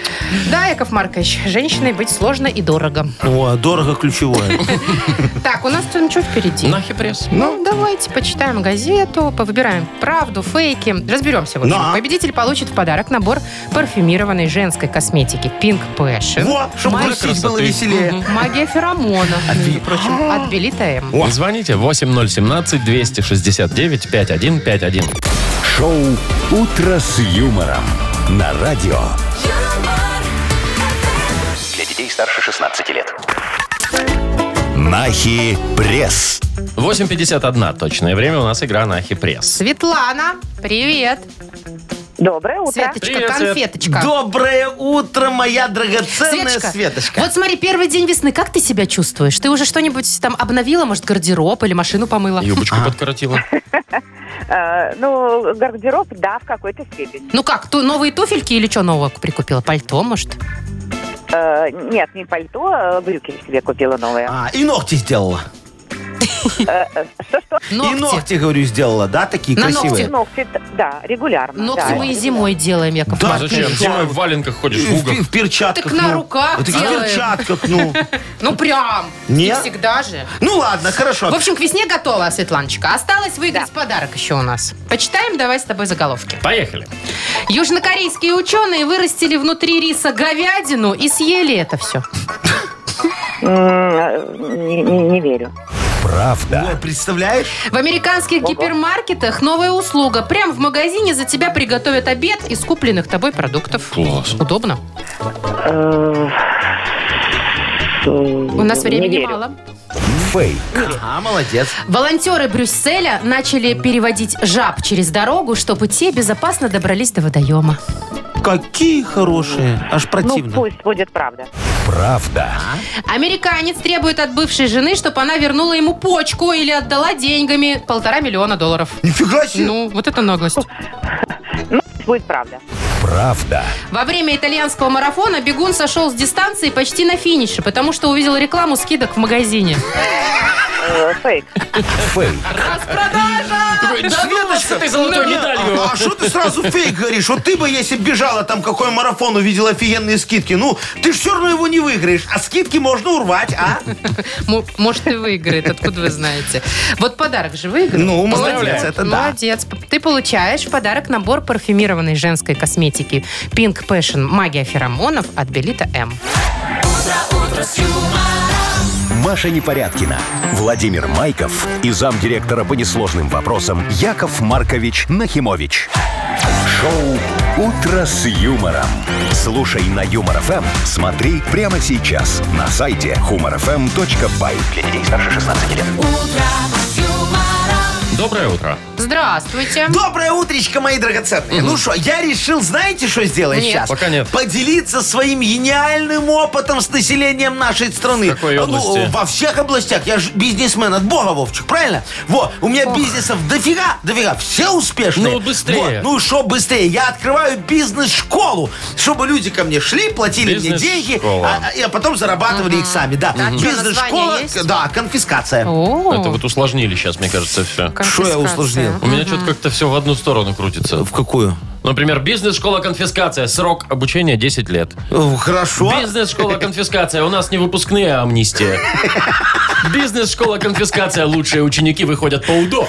Speaker 3: Да, Яков Маркович, женщиной быть сложно и дорого.
Speaker 4: О, дорого ключевое.
Speaker 3: (laughs) Так, у нас там что впереди?
Speaker 2: Нахи пресс.
Speaker 3: Ну, давайте почитаем газету, повыбираем правду, фейки. Разберемся, в общем.
Speaker 4: Да.
Speaker 3: Победитель получит в подарок набор парфюмированной женской косметики Pink Passion.
Speaker 4: Во, чтобы грустить было
Speaker 2: красоты.
Speaker 4: веселее.
Speaker 3: Магия феромона,
Speaker 4: А
Speaker 3: между прочим, от Белита М.
Speaker 2: Звоните 8017-269-5151.
Speaker 1: Шоу «Утро с юмором» на радио.
Speaker 5: Для детей старше 16 лет.
Speaker 1: Нахи пресс.
Speaker 2: 8.51 точное время. У нас игра Нахи пресс.
Speaker 3: Светлана, привет.
Speaker 6: Доброе утро.
Speaker 3: Светочка,
Speaker 2: Привет, Свет.
Speaker 3: конфеточка.
Speaker 4: Доброе утро, моя драгоценная Светочка.
Speaker 3: вот смотри, первый день весны, как ты себя чувствуешь? Ты уже что-нибудь там обновила, может, гардероб или машину помыла?
Speaker 2: Юбочку подкоротила.
Speaker 6: Э, ну, гардероб, да, в какой-то степени.
Speaker 3: Ну как, ту, новые туфельки или что нового прикупила? Пальто, может?
Speaker 6: Э, нет, не пальто, а брюки себе купила новые.
Speaker 4: А, и ногти сделала.
Speaker 6: Что-что?
Speaker 3: Ногти.
Speaker 4: И ногти, говорю, сделала, да, такие
Speaker 3: На
Speaker 4: красивые.
Speaker 6: Ногти, да, регулярно.
Speaker 3: Ногти
Speaker 6: да,
Speaker 3: мы и
Speaker 6: регулярно.
Speaker 3: зимой делаем, Яков
Speaker 4: Да,
Speaker 3: Маркович.
Speaker 2: А Зачем?
Speaker 4: ты что?
Speaker 2: Зимой в валенках ходишь, в
Speaker 4: В,
Speaker 2: гугах.
Speaker 4: пи- в перчатках.
Speaker 3: Так на
Speaker 4: ну.
Speaker 3: руках
Speaker 4: Так
Speaker 3: делаем.
Speaker 4: в перчатках, ну.
Speaker 3: Ну прям.
Speaker 4: Не?
Speaker 3: Не всегда же.
Speaker 4: Ну ладно, хорошо.
Speaker 3: В общем, к весне готова, Светланочка. Осталось выиграть подарок еще у нас. Почитаем давай с тобой заголовки.
Speaker 2: Поехали.
Speaker 3: Южнокорейские ученые вырастили внутри риса говядину и съели это все.
Speaker 6: М, э, Не, не- не верю.
Speaker 1: Правда.
Speaker 4: Ой, представляешь?
Speaker 3: В американских гипермаркетах новая услуга. Прям в магазине за тебя приготовят обед из купленных тобой продуктов.
Speaker 2: Класс.
Speaker 3: Удобно.
Speaker 6: Э,
Speaker 3: У нас времени
Speaker 6: верю.
Speaker 3: мало.
Speaker 1: Фейк.
Speaker 4: А, молодец.
Speaker 3: Волонтеры Брюсселя начали переводить жаб через дорогу, чтобы те безопасно добрались до водоема.
Speaker 4: Какие хорошие. Аж
Speaker 6: Ну,
Speaker 4: противно.
Speaker 6: пусть будет правда.
Speaker 1: Правда.
Speaker 3: Американец требует от бывшей жены, чтобы она вернула ему почку или отдала деньгами полтора миллиона долларов.
Speaker 4: Нифига себе.
Speaker 3: Ну, вот это наглость.
Speaker 6: Ну, пусть будет правда.
Speaker 1: Правда.
Speaker 3: Во время итальянского марафона бегун сошел с дистанции почти на финише, потому что увидел рекламу скидок в магазине.
Speaker 6: Э, Фейк.
Speaker 1: Фейк.
Speaker 3: Распродажа!
Speaker 2: такой, да ну вас с этой золотой
Speaker 3: (laughs)
Speaker 4: Да,
Speaker 2: медалью.
Speaker 4: А что ты сразу фейк говоришь? Вот ты бы, если б бежала там, какой марафон увидела офигенные скидки, ну, ты ж все равно его не выиграешь. А скидки можно урвать, а?
Speaker 3: М- Может, и выиграет, откуда вы знаете. Вот подарок же выиграл.
Speaker 4: Ну,
Speaker 2: Поздравляю.
Speaker 4: молодец, это да.
Speaker 3: Молодец. Ты получаешь в подарок набор парфюмированной женской косметики Pink Passion «Магия феромонов» от Белита М.
Speaker 1: Маша Непорядкина, Владимир Майков и замдиректора по несложным вопросам Яков Маркович Нахимович. Шоу «Утро с юмором». Слушай на Юмор ФМ, смотри прямо сейчас на сайте humorfm.by. Для детей старше 16 лет.
Speaker 2: Доброе утро.
Speaker 3: Здравствуйте.
Speaker 4: Доброе утречко, мои драгоценные. Ну что, я решил, знаете, что сделать
Speaker 3: Нет.
Speaker 4: сейчас?
Speaker 2: Пока нет.
Speaker 4: Поделиться своим гениальным опытом с населением нашей страны.
Speaker 2: В какой
Speaker 4: А,
Speaker 2: области?
Speaker 4: Ну, во всех областях. Я же бизнесмен от бога, Вовчик, правильно? Во, у меня бизнесов дофига, дофига. Все успешные.
Speaker 2: Ну, быстрее.
Speaker 4: Вот, Ну, что быстрее. Я открываю бизнес-школу, чтобы люди ко мне шли, платили мне деньги,
Speaker 2: Бизнес-школа.
Speaker 4: а, а- а потом зарабатывали их сами. Да,
Speaker 3: что,
Speaker 4: бизнес-школа,
Speaker 3: название есть?
Speaker 4: да, конфискация.
Speaker 3: О,
Speaker 2: Это вот усложнили сейчас, мне кажется, все.
Speaker 4: Шо я усложнил?
Speaker 2: У меня что-то как-то все в одну сторону крутится.
Speaker 4: В какую?
Speaker 2: Например, бизнес-школа конфискация. Срок обучения 10 лет.
Speaker 4: Э, Хорошо.
Speaker 2: Бизнес-школа конфискация. У нас не выпускные, а амнистия. Бизнес-школа конфискация. Лучшие ученики выходят по УДО.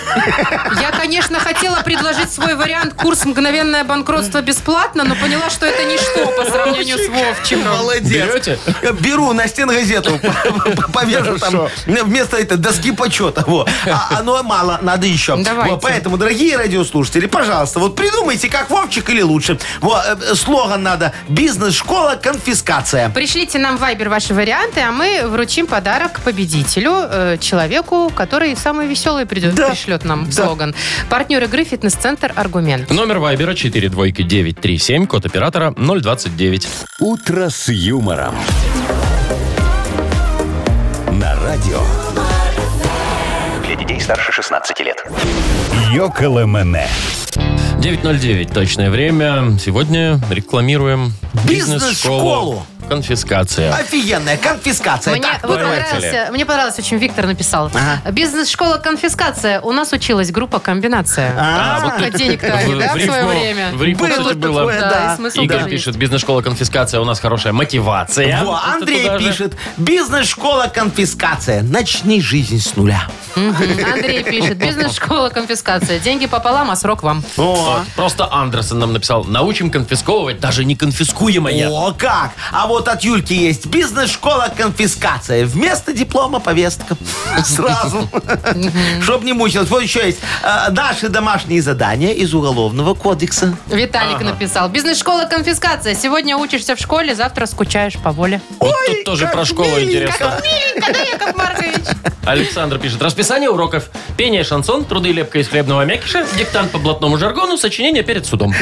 Speaker 3: Я, конечно, хотела предложить свой вариант курс «Мгновенное банкротство» бесплатно, но поняла, что это ничто по сравнению с Вовчиком.
Speaker 4: Молодец.
Speaker 2: Берете?
Speaker 4: Я Беру на стен газету, (laughs) повешу там вместо этой доски почета. Во. А оно мало, надо еще.
Speaker 3: Давайте.
Speaker 4: Во, Поэтому, дорогие радиослушатели, пожалуйста, вот придумайте, как Вовчик или лучше. Во, э, Слоган надо. Бизнес-школа, конфискация.
Speaker 3: Пришлите нам в Вайбер ваши варианты, а мы вручим подарок победителю, э, человеку, который самый веселый придет,
Speaker 4: Да.
Speaker 3: пришлет нам
Speaker 4: Да. Ну,
Speaker 3: слоган. Партнер игры «Фитнес-центр Аргумент».
Speaker 2: Номер вайбера 4 двойки 937, код оператора 029.
Speaker 1: «Утро с юмором». На радио
Speaker 5: Для детей старше 16 лет.
Speaker 1: «Йоколэмэне».
Speaker 2: 9.09 точное время. Сегодня рекламируем
Speaker 4: Бизнес-школу. А,
Speaker 2: бизнес-школу. Конфискация.
Speaker 4: Офигенная конфискация.
Speaker 3: Мне,
Speaker 4: Так,
Speaker 3: вот
Speaker 4: давай.
Speaker 2: давайте.
Speaker 3: понравился- мне понравилось, очень Виктор написал.
Speaker 4: Ага.
Speaker 3: Бизнес-школа «Конфискация». У нас училась группа «Комбинация».
Speaker 4: А,
Speaker 3: Сколько денег-то они, да, в, свое
Speaker 2: рифму-
Speaker 3: время?
Speaker 2: В рифму,
Speaker 4: Было
Speaker 2: кстати,
Speaker 4: такое,
Speaker 2: было.
Speaker 4: да.
Speaker 3: Да, и смысл
Speaker 2: Игорь
Speaker 3: даже есть.
Speaker 2: пишет, бизнес-школа конфискация, у нас хорошая мотивация.
Speaker 4: Во,
Speaker 2: Это
Speaker 4: Андрей
Speaker 2: туда же.
Speaker 4: пишет, бизнес-школа, конфискация. Начни жизнь с нуля.
Speaker 3: Андрей пишет, бизнес-школа, конфискация. Деньги пополам, а срок вам.
Speaker 2: Вот, просто Андерсон нам написал, научим конфисковывать даже не конфискуемое.
Speaker 4: О, как! А вот от Юльки есть бизнес-школа конфискация. Вместо диплома повестка. (laughs) Сразу. Чтоб не мучилась. Вот еще есть э, наши домашние задания из Уголовного кодекса.
Speaker 3: Виталик написал, бизнес-школа, конфискация. Сегодня учишься в школе, завтра скучаешь по воле.
Speaker 2: Вот тут тоже про школу интересно.
Speaker 3: Миленько, да, Яков Маркович?
Speaker 2: Александр пишет, расписание уроков, пение шансон, труды лепка из хлебного мякиша, диктант по блатному жаргону, сочинение перед судом.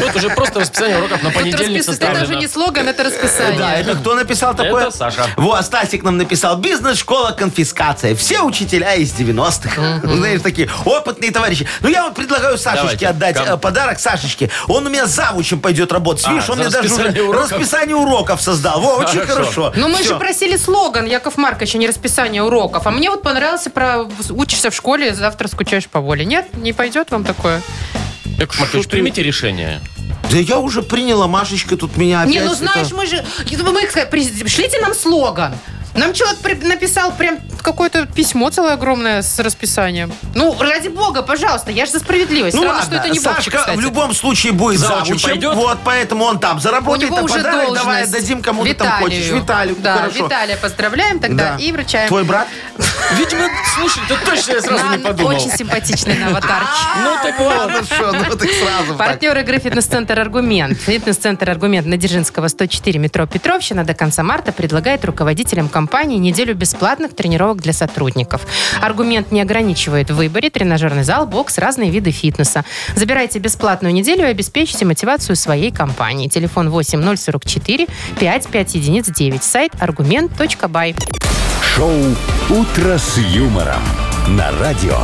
Speaker 2: Вот уже просто расписание уроков на
Speaker 3: Тут
Speaker 2: понедельник
Speaker 3: распис- Это даже
Speaker 2: составлено.
Speaker 3: не слоган, это
Speaker 4: Да,
Speaker 3: расписание.
Speaker 4: это кто написал такое?
Speaker 2: Это Саша.
Speaker 4: Во, Стасик нам написал. Бизнес-школа конфискация. Все учителя из 90-х. Знаешь, такие опытные товарищи. Ну, я вот предлагаю
Speaker 2: Давайте.
Speaker 4: Сашечке отдать
Speaker 2: Кому?
Speaker 4: э, подарок Сашечке. Он у меня завучем пойдет работать.
Speaker 2: А,
Speaker 4: Видишь, он
Speaker 2: за
Speaker 4: мне даже уже
Speaker 2: расписание уроков.
Speaker 4: расписание уроков создал. Во, очень
Speaker 2: Хорошо.
Speaker 4: хорошо.
Speaker 3: Ну, мы
Speaker 4: Всё.
Speaker 3: же просили слоган, Яков Маркович, а не расписание уроков. А мне вот понравился про учишься в школе, завтра скучаешь по воле. Нет, не пойдет вам такое?
Speaker 2: Яков Маркович,
Speaker 4: Что ты-
Speaker 2: примите решение.
Speaker 4: Да я уже приняла, Машечка тут меня опять...
Speaker 3: Не, ну знаешь,
Speaker 4: это-
Speaker 3: мы же... я думаю, Мы их сказали, «Приз- шлите нам слоган. Нам человек при- написал прям какое-то письмо целое огромное с расписанием. Ну, ради бога, пожалуйста, я же за справедливость.
Speaker 4: Ну
Speaker 3: Странно,
Speaker 4: ладно,
Speaker 3: что это не Вовчик,
Speaker 4: Сашка
Speaker 3: кстати.
Speaker 4: в любом случае будет
Speaker 2: Завучем
Speaker 4: завучем,
Speaker 2: пойдет?
Speaker 4: вот поэтому он там
Speaker 3: У
Speaker 4: заработает,
Speaker 3: него
Speaker 4: а
Speaker 3: уже
Speaker 4: подарок
Speaker 3: должность.
Speaker 4: давай отдадим кому-то там
Speaker 3: Виталию.
Speaker 4: хочешь. Виталику,
Speaker 3: да,
Speaker 4: хорошо.
Speaker 3: Виталия поздравляем тогда
Speaker 4: Да.
Speaker 3: и вручаем.
Speaker 4: Твой брат?
Speaker 2: Видимо, слушай, это точно я сразу не
Speaker 3: На-
Speaker 2: подумал.
Speaker 3: Очень симпатичный на аватарке.
Speaker 2: Ну так вот.
Speaker 4: Ну что, ну так сразу. так.
Speaker 3: Партнер игры «Фитнес-центр Аргумент». «Фитнес-центр Аргумент» на Дзержинского, 104, метро Петровщина до конца марта предлагает руководителям компании неделю бесплатных тренировок для сотрудников. «Аргумент» не ограничивает в выборе тренажерный зал, бокс, разные виды фитнеса. Забирайте бесплатную неделю и обеспечите мотивацию своей компании. Телефон 8044 55 единиц 9. Сайт аргумент.бай.
Speaker 1: Шоу «Утро с юмором» на радио.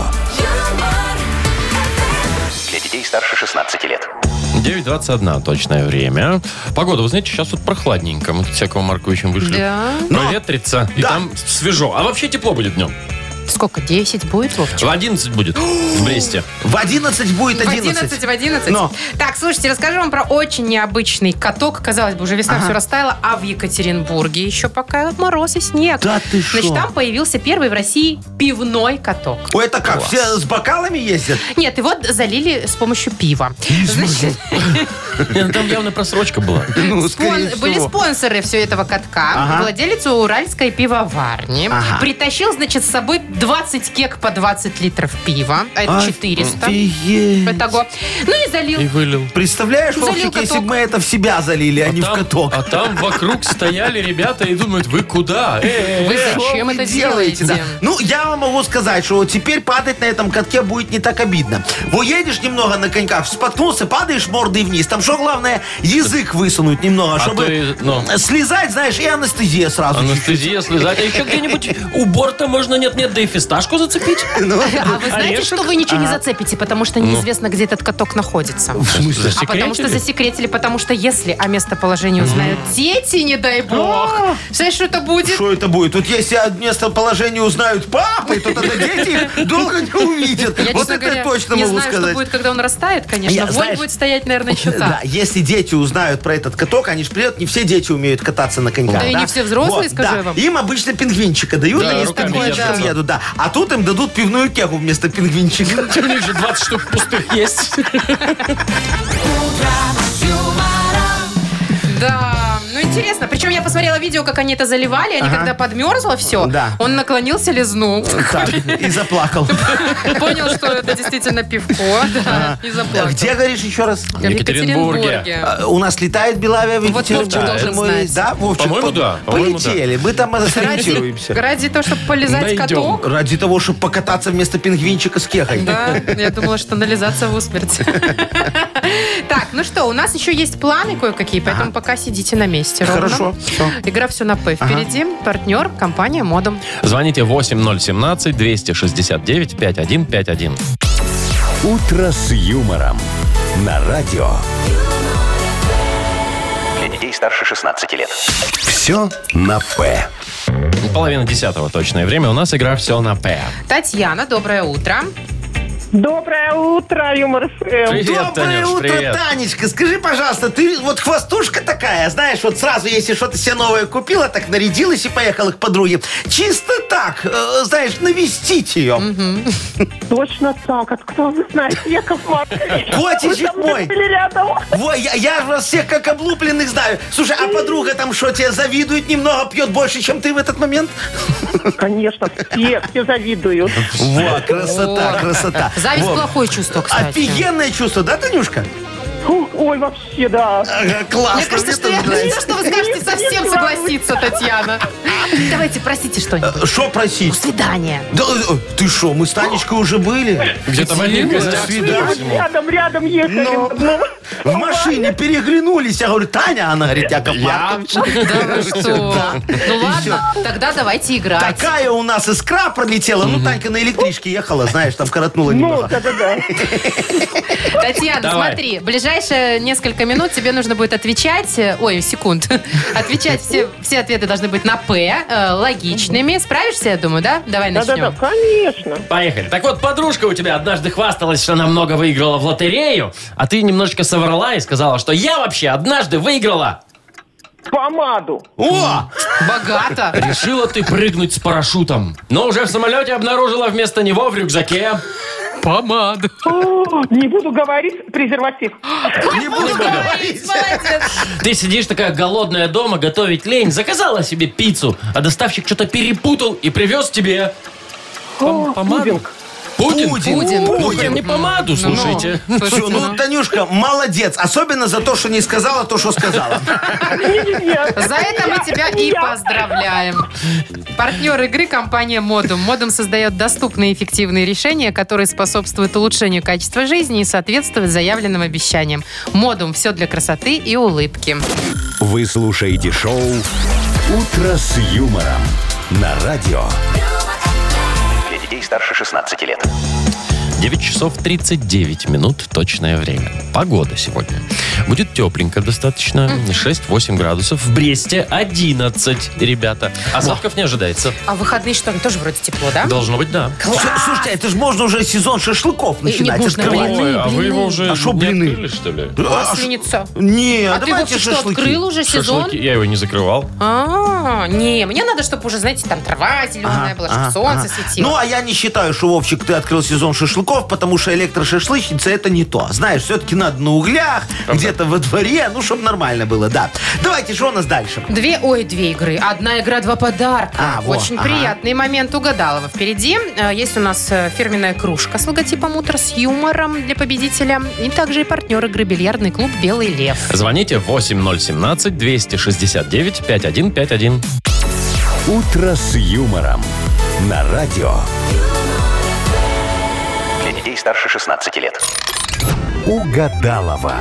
Speaker 5: Для детей старше 16 лет.
Speaker 2: 9.21 точное время. Погода, вы знаете, сейчас вот прохладненько. Мы тут всякого Марковичем вышли.
Speaker 3: Да.
Speaker 2: Проветрится, и
Speaker 4: Да.
Speaker 2: там свежо. А вообще тепло будет днем.
Speaker 3: Сколько? 10 будет,
Speaker 2: В
Speaker 3: Вовчик?
Speaker 2: 11 будет в Бресте.
Speaker 4: В 11 будет
Speaker 3: В
Speaker 4: 11.
Speaker 3: 11, в 11.
Speaker 4: Но.
Speaker 3: Так, слушайте, расскажу вам про очень необычный каток. Казалось бы, уже весна все растаяла, а в Екатеринбурге еще пока мороз и снег.
Speaker 4: Да ты шо?
Speaker 3: Значит, там появился первый в России пивной каток.
Speaker 4: Ой, это как, все с бокалами ездят?
Speaker 3: Нет, его залили с помощью пива. Значит,
Speaker 2: Не, ну Там явно просрочка была.
Speaker 4: Ну,
Speaker 3: спон- Э, были спонсоры все этого катка.
Speaker 4: Ага.
Speaker 3: Владелец уральской пивоварни притащил, значит, с собой 20 кек по 20 литров пива. А это 400.
Speaker 4: Офигеть.
Speaker 3: Итого. Ну и залил.
Speaker 2: И вылил.
Speaker 4: Представляешь,
Speaker 3: Залил
Speaker 4: Вовчик, если
Speaker 3: каток.
Speaker 4: бы мы это в себя залили, а, не в
Speaker 2: Там-
Speaker 4: каток.
Speaker 2: А там вокруг стояли ребята и думают, вы куда? Э,
Speaker 3: Вы зачем А это делаете?
Speaker 4: Да. Ну, я вам могу сказать, что вот теперь падать на этом катке будет не так обидно. Во едешь немного на коньках, споткнулся, падаешь мордой вниз. Там что главное, язык высунуть немного,
Speaker 2: А
Speaker 4: чтобы
Speaker 2: то и, ну.
Speaker 4: слезать, знаешь, и анестезия
Speaker 3: А
Speaker 4: сразу.
Speaker 3: ну
Speaker 2: Анестезия слезать. А еще где-нибудь у борта можно нет-нет, да и фисташку зацепить.
Speaker 3: А вы знаете,
Speaker 2: Орешек?
Speaker 3: что вы ничего не зацепите, потому что неизвестно, где этот каток находится.
Speaker 4: Ну. В смысле?
Speaker 3: А потому что засекретили, потому что если о местоположении узнают дети, не дай бог, знаешь, что это будет?
Speaker 4: Что это будет? Вот если о местоположении узнают папы, то тогда дети их долго не увидят.
Speaker 3: Я,
Speaker 4: вот
Speaker 3: честно
Speaker 4: это
Speaker 3: говоря,
Speaker 4: я точно
Speaker 3: не
Speaker 4: могу
Speaker 3: знаю,
Speaker 4: сказать.
Speaker 3: что будет, когда он растает, конечно.
Speaker 4: Я,
Speaker 3: Вонь
Speaker 4: знаешь,
Speaker 3: будет стоять, наверное, еще
Speaker 4: (laughs)
Speaker 3: (laughs)
Speaker 4: Да,
Speaker 3: так.
Speaker 4: если дети узнают про этот каток, они же придут, не все дети умеют кататься на коньках.
Speaker 3: Да и не все взрослые, скажу
Speaker 4: да.
Speaker 3: я вам.
Speaker 4: Им обычно пингвинчика дают,
Speaker 2: Да,
Speaker 4: они с
Speaker 2: руками
Speaker 4: пингвинчиком
Speaker 2: держатся.
Speaker 4: едут, да. А тут им дадут пивную кеку
Speaker 3: (laughs)
Speaker 4: вместо пингвинчика.
Speaker 2: У них же 20 штук пустых есть.
Speaker 3: Да, ну интересно. Причем я посмотрела видео, как они это заливали. Они когда подмерзло все,
Speaker 4: Да.
Speaker 3: он наклонился, лизнул. (laughs)
Speaker 4: Так, и заплакал.
Speaker 3: Понял, что это действительно пивко. да, И
Speaker 4: А
Speaker 3: заплакал.
Speaker 4: Где, говоришь, еще раз?
Speaker 3: В Екатеринбурге.
Speaker 4: А, У нас летает Белавия в
Speaker 3: Вот Вовчик
Speaker 4: Екатеринбург.
Speaker 3: должен
Speaker 4: Мой-
Speaker 3: знать.
Speaker 4: Да, Вовчик?
Speaker 2: По-моему,
Speaker 4: по-
Speaker 2: да. По-моему, да.
Speaker 4: Полетели. Мы там
Speaker 3: Ради,
Speaker 4: сориентируемся.
Speaker 3: ради того, чтобы полизать
Speaker 2: Найдем.
Speaker 3: каток.
Speaker 4: Ради того, чтобы покататься вместо пингвинчика с кехой.
Speaker 3: Да, я думала, что нализаться в усмерть. (laughs) Так, ну что, у нас еще есть планы кое-какие, поэтому пока сидите на месте. ровно.
Speaker 4: Хорошо, всё.
Speaker 3: Игра все на П. Впереди партнер, компания Модом.
Speaker 2: Звоните 8017 269 5151.
Speaker 1: «Утро с юмором» на радио.
Speaker 5: Для детей старше 16 лет.
Speaker 1: Все на «П».
Speaker 2: Половина десятого точное время. У нас игра все на П.
Speaker 3: Татьяна, доброе утро.
Speaker 6: Доброе утро, юмор Эм. ФМ.
Speaker 2: Привет,
Speaker 4: Доброе
Speaker 2: Танюш,
Speaker 4: утро,
Speaker 2: привет.
Speaker 4: Танечка. Скажи, пожалуйста, ты вот хвостушка такая, знаешь, вот сразу, если что-то себе новое купила, так нарядилась и поехала к подруге. Чисто так, э, знаешь, навестить ее.
Speaker 6: Точно так. Откуда вы знаете, Яков Маркович?
Speaker 4: Котичек
Speaker 6: Вы там
Speaker 4: мой.
Speaker 6: не были рядом.
Speaker 4: Во, я, я ж вас всех как облупленных знаю. Слушай, а подруга там что, тебе завидует немного, пьет больше, чем ты в этот момент?
Speaker 6: Конечно, все, все завидуют.
Speaker 4: Во, красота,
Speaker 3: О.
Speaker 4: красота.
Speaker 3: (laughs) Зависть
Speaker 4: Во.
Speaker 3: плохое чувство, кстати.
Speaker 4: Офигенное чувство, да, Танюшка?
Speaker 6: Фу, Ой, вообще, да.
Speaker 4: Ага, классно,
Speaker 3: Мне кажется, что
Speaker 4: тоже
Speaker 3: я
Speaker 4: нравится.
Speaker 3: все, (laughs) что вы скажете, совсем согласится, Татьяна. Давайте, просите что-нибудь.
Speaker 4: Что
Speaker 3: До
Speaker 4: просить?
Speaker 3: свидания.
Speaker 4: Да, э, ты что, мы с Танечкой уже были?
Speaker 2: Где-то в одних гостях, судя по
Speaker 6: Мы
Speaker 2: всему.
Speaker 6: Рядом, рядом ехали.
Speaker 4: Ну.
Speaker 6: Ну,
Speaker 4: В машине переглянулись. Я говорю, Таня, она говорит, Яков Маркович.
Speaker 3: Да вы что? Ну ладно, тогда давайте играть.
Speaker 4: Такая у нас искра пролетела. Ну, Танька на электричке ехала, знаешь, там коротнула
Speaker 6: Ну,
Speaker 4: немного.
Speaker 6: да-да-да.
Speaker 3: Татьяна,
Speaker 2: Давай.
Speaker 3: смотри, ближайшие несколько минут тебе нужно будет отвечать, э, ой, секунд, (laughs) отвечать, все, все ответы должны быть на «П», э, логичными. Справишься, я думаю, да? Давай
Speaker 6: Да-да-да,
Speaker 3: начнем.
Speaker 6: конечно.
Speaker 2: Поехали. Так вот, подружка у тебя однажды хвасталась, что она много выиграла в лотерею, а ты немножечко соврала и сказала, что я вообще однажды выиграла.
Speaker 6: Помаду.
Speaker 4: О!
Speaker 3: Богато.
Speaker 2: Решила ты прыгнуть с парашютом, но уже в самолете обнаружила вместо него в рюкзаке (laughs) помаду.
Speaker 6: О, Не буду говорить презерватив.
Speaker 4: Не буду говорить.
Speaker 3: Молодец.
Speaker 2: Ты сидишь такая голодная дома, готовить лень, заказала себе пиццу, а доставщик что-то перепутал и привез тебе... пом- помаду?
Speaker 6: пудинг.
Speaker 2: Пудинг?
Speaker 3: Пудинг.
Speaker 2: Ну, прям не
Speaker 4: Путин.
Speaker 2: помаду, слушайте.
Speaker 4: Всё, ну, Танюшка, молодец. Особенно за то, что не сказала то, что сказала.
Speaker 6: Не-не-не.
Speaker 3: За это мы тебя и
Speaker 6: Я.
Speaker 3: поздравляем. Партнер игры компания Модум. Модум создает доступные и эффективные решения, которые способствуют улучшению качества жизни и соответствуют заявленным обещаниям. Модум все для красоты и улыбки.
Speaker 1: Вы слушаете шоу «Утро с юмором» на радио.
Speaker 5: Для детей старше 16 лет.
Speaker 2: 9 часов 39 минут точное время. Погода сегодня. Будет тепленько достаточно. 6-8 градусов. В Бресте 11, ребята. Осадков не ожидается.
Speaker 3: А в выходные что ли? Тоже вроде тепло, да?
Speaker 2: Должно быть, да.
Speaker 4: Слушай, Слушайте, это же можно уже сезон шашлыков
Speaker 3: не
Speaker 4: начинать
Speaker 3: нужно,
Speaker 4: открывать.
Speaker 3: блин. Ой,
Speaker 2: а вы его уже
Speaker 4: А шо
Speaker 2: не
Speaker 4: блины?
Speaker 2: открыли, что ли?
Speaker 3: Масленица.
Speaker 4: Не,
Speaker 3: А ты,
Speaker 4: А, э, давайте
Speaker 3: Вовчик, что,
Speaker 4: шашлыки.
Speaker 3: открыл уже сезон?
Speaker 2: Шашлыки я его не закрывал.
Speaker 3: А, не, мне надо, чтобы уже, знаете, там трава зеленая была, чтобы
Speaker 4: Ага,
Speaker 3: солнце
Speaker 4: ага. Ну,
Speaker 3: светило.
Speaker 4: а я не считаю, что, Вовчик, ты открыл сезон шашлыков, потому что электрошашлычница это не то. Знаешь, все-таки надо на углях, где-то во дворе, ну, чтобы нормально было, да. Давайте, что у нас дальше?
Speaker 3: Две, ой, две игры. Одна игра, два подарка.
Speaker 4: А, во,
Speaker 3: Очень
Speaker 4: ага.
Speaker 3: приятный момент угадалова. Впереди э, есть у нас э, фирменная кружка с логотипом «Утро с юмором» для победителя. И также и партнер игры «Бильярдный клуб Белый лев».
Speaker 2: Звоните 8017-269-5151.
Speaker 1: «Утро с юмором» на радио.
Speaker 5: Для детей старше 16 лет.
Speaker 1: Угадалова.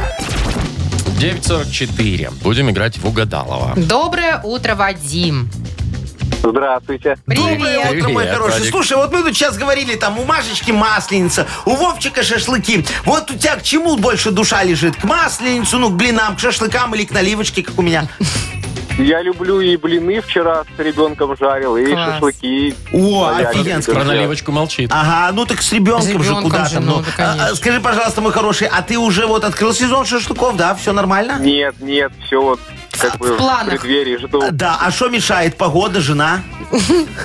Speaker 2: 944. Будем играть в Угадалова.
Speaker 3: Доброе утро, Вадим.
Speaker 7: Здравствуйте.
Speaker 4: Доброе
Speaker 3: Привет.
Speaker 4: утро, мой
Speaker 2: Привет,
Speaker 4: хороший.
Speaker 2: Вадик.
Speaker 4: Слушай, вот мы тут сейчас говорили, там, у Машечки масленица, у Вовчика шашлыки. Вот у тебя к чему больше душа лежит? К масленицу, ну, к блинам, к шашлыкам или к наливочке, как у меня?
Speaker 8: Я люблю и блины вчера с ребенком жарил, и
Speaker 3: Класс.
Speaker 8: шашлыки.
Speaker 4: О,
Speaker 8: А я
Speaker 4: офигенно.
Speaker 8: люблю.
Speaker 2: Про наливочку молчит.
Speaker 4: Ага, ну так с
Speaker 3: С
Speaker 4: ребенком же
Speaker 3: ребенком
Speaker 4: куда
Speaker 3: же,
Speaker 4: там.
Speaker 3: ну,
Speaker 4: ну.
Speaker 3: да,
Speaker 4: А, а,
Speaker 3: конечно.
Speaker 4: скажи, пожалуйста, мой хороший, а ты уже вот открыл сезон шашлыков, да? Все нормально?
Speaker 8: Нет, нет, все вот как бы в
Speaker 3: планах. Э,
Speaker 8: преддверии жду.
Speaker 4: Да, а что мешает? Погода, жена?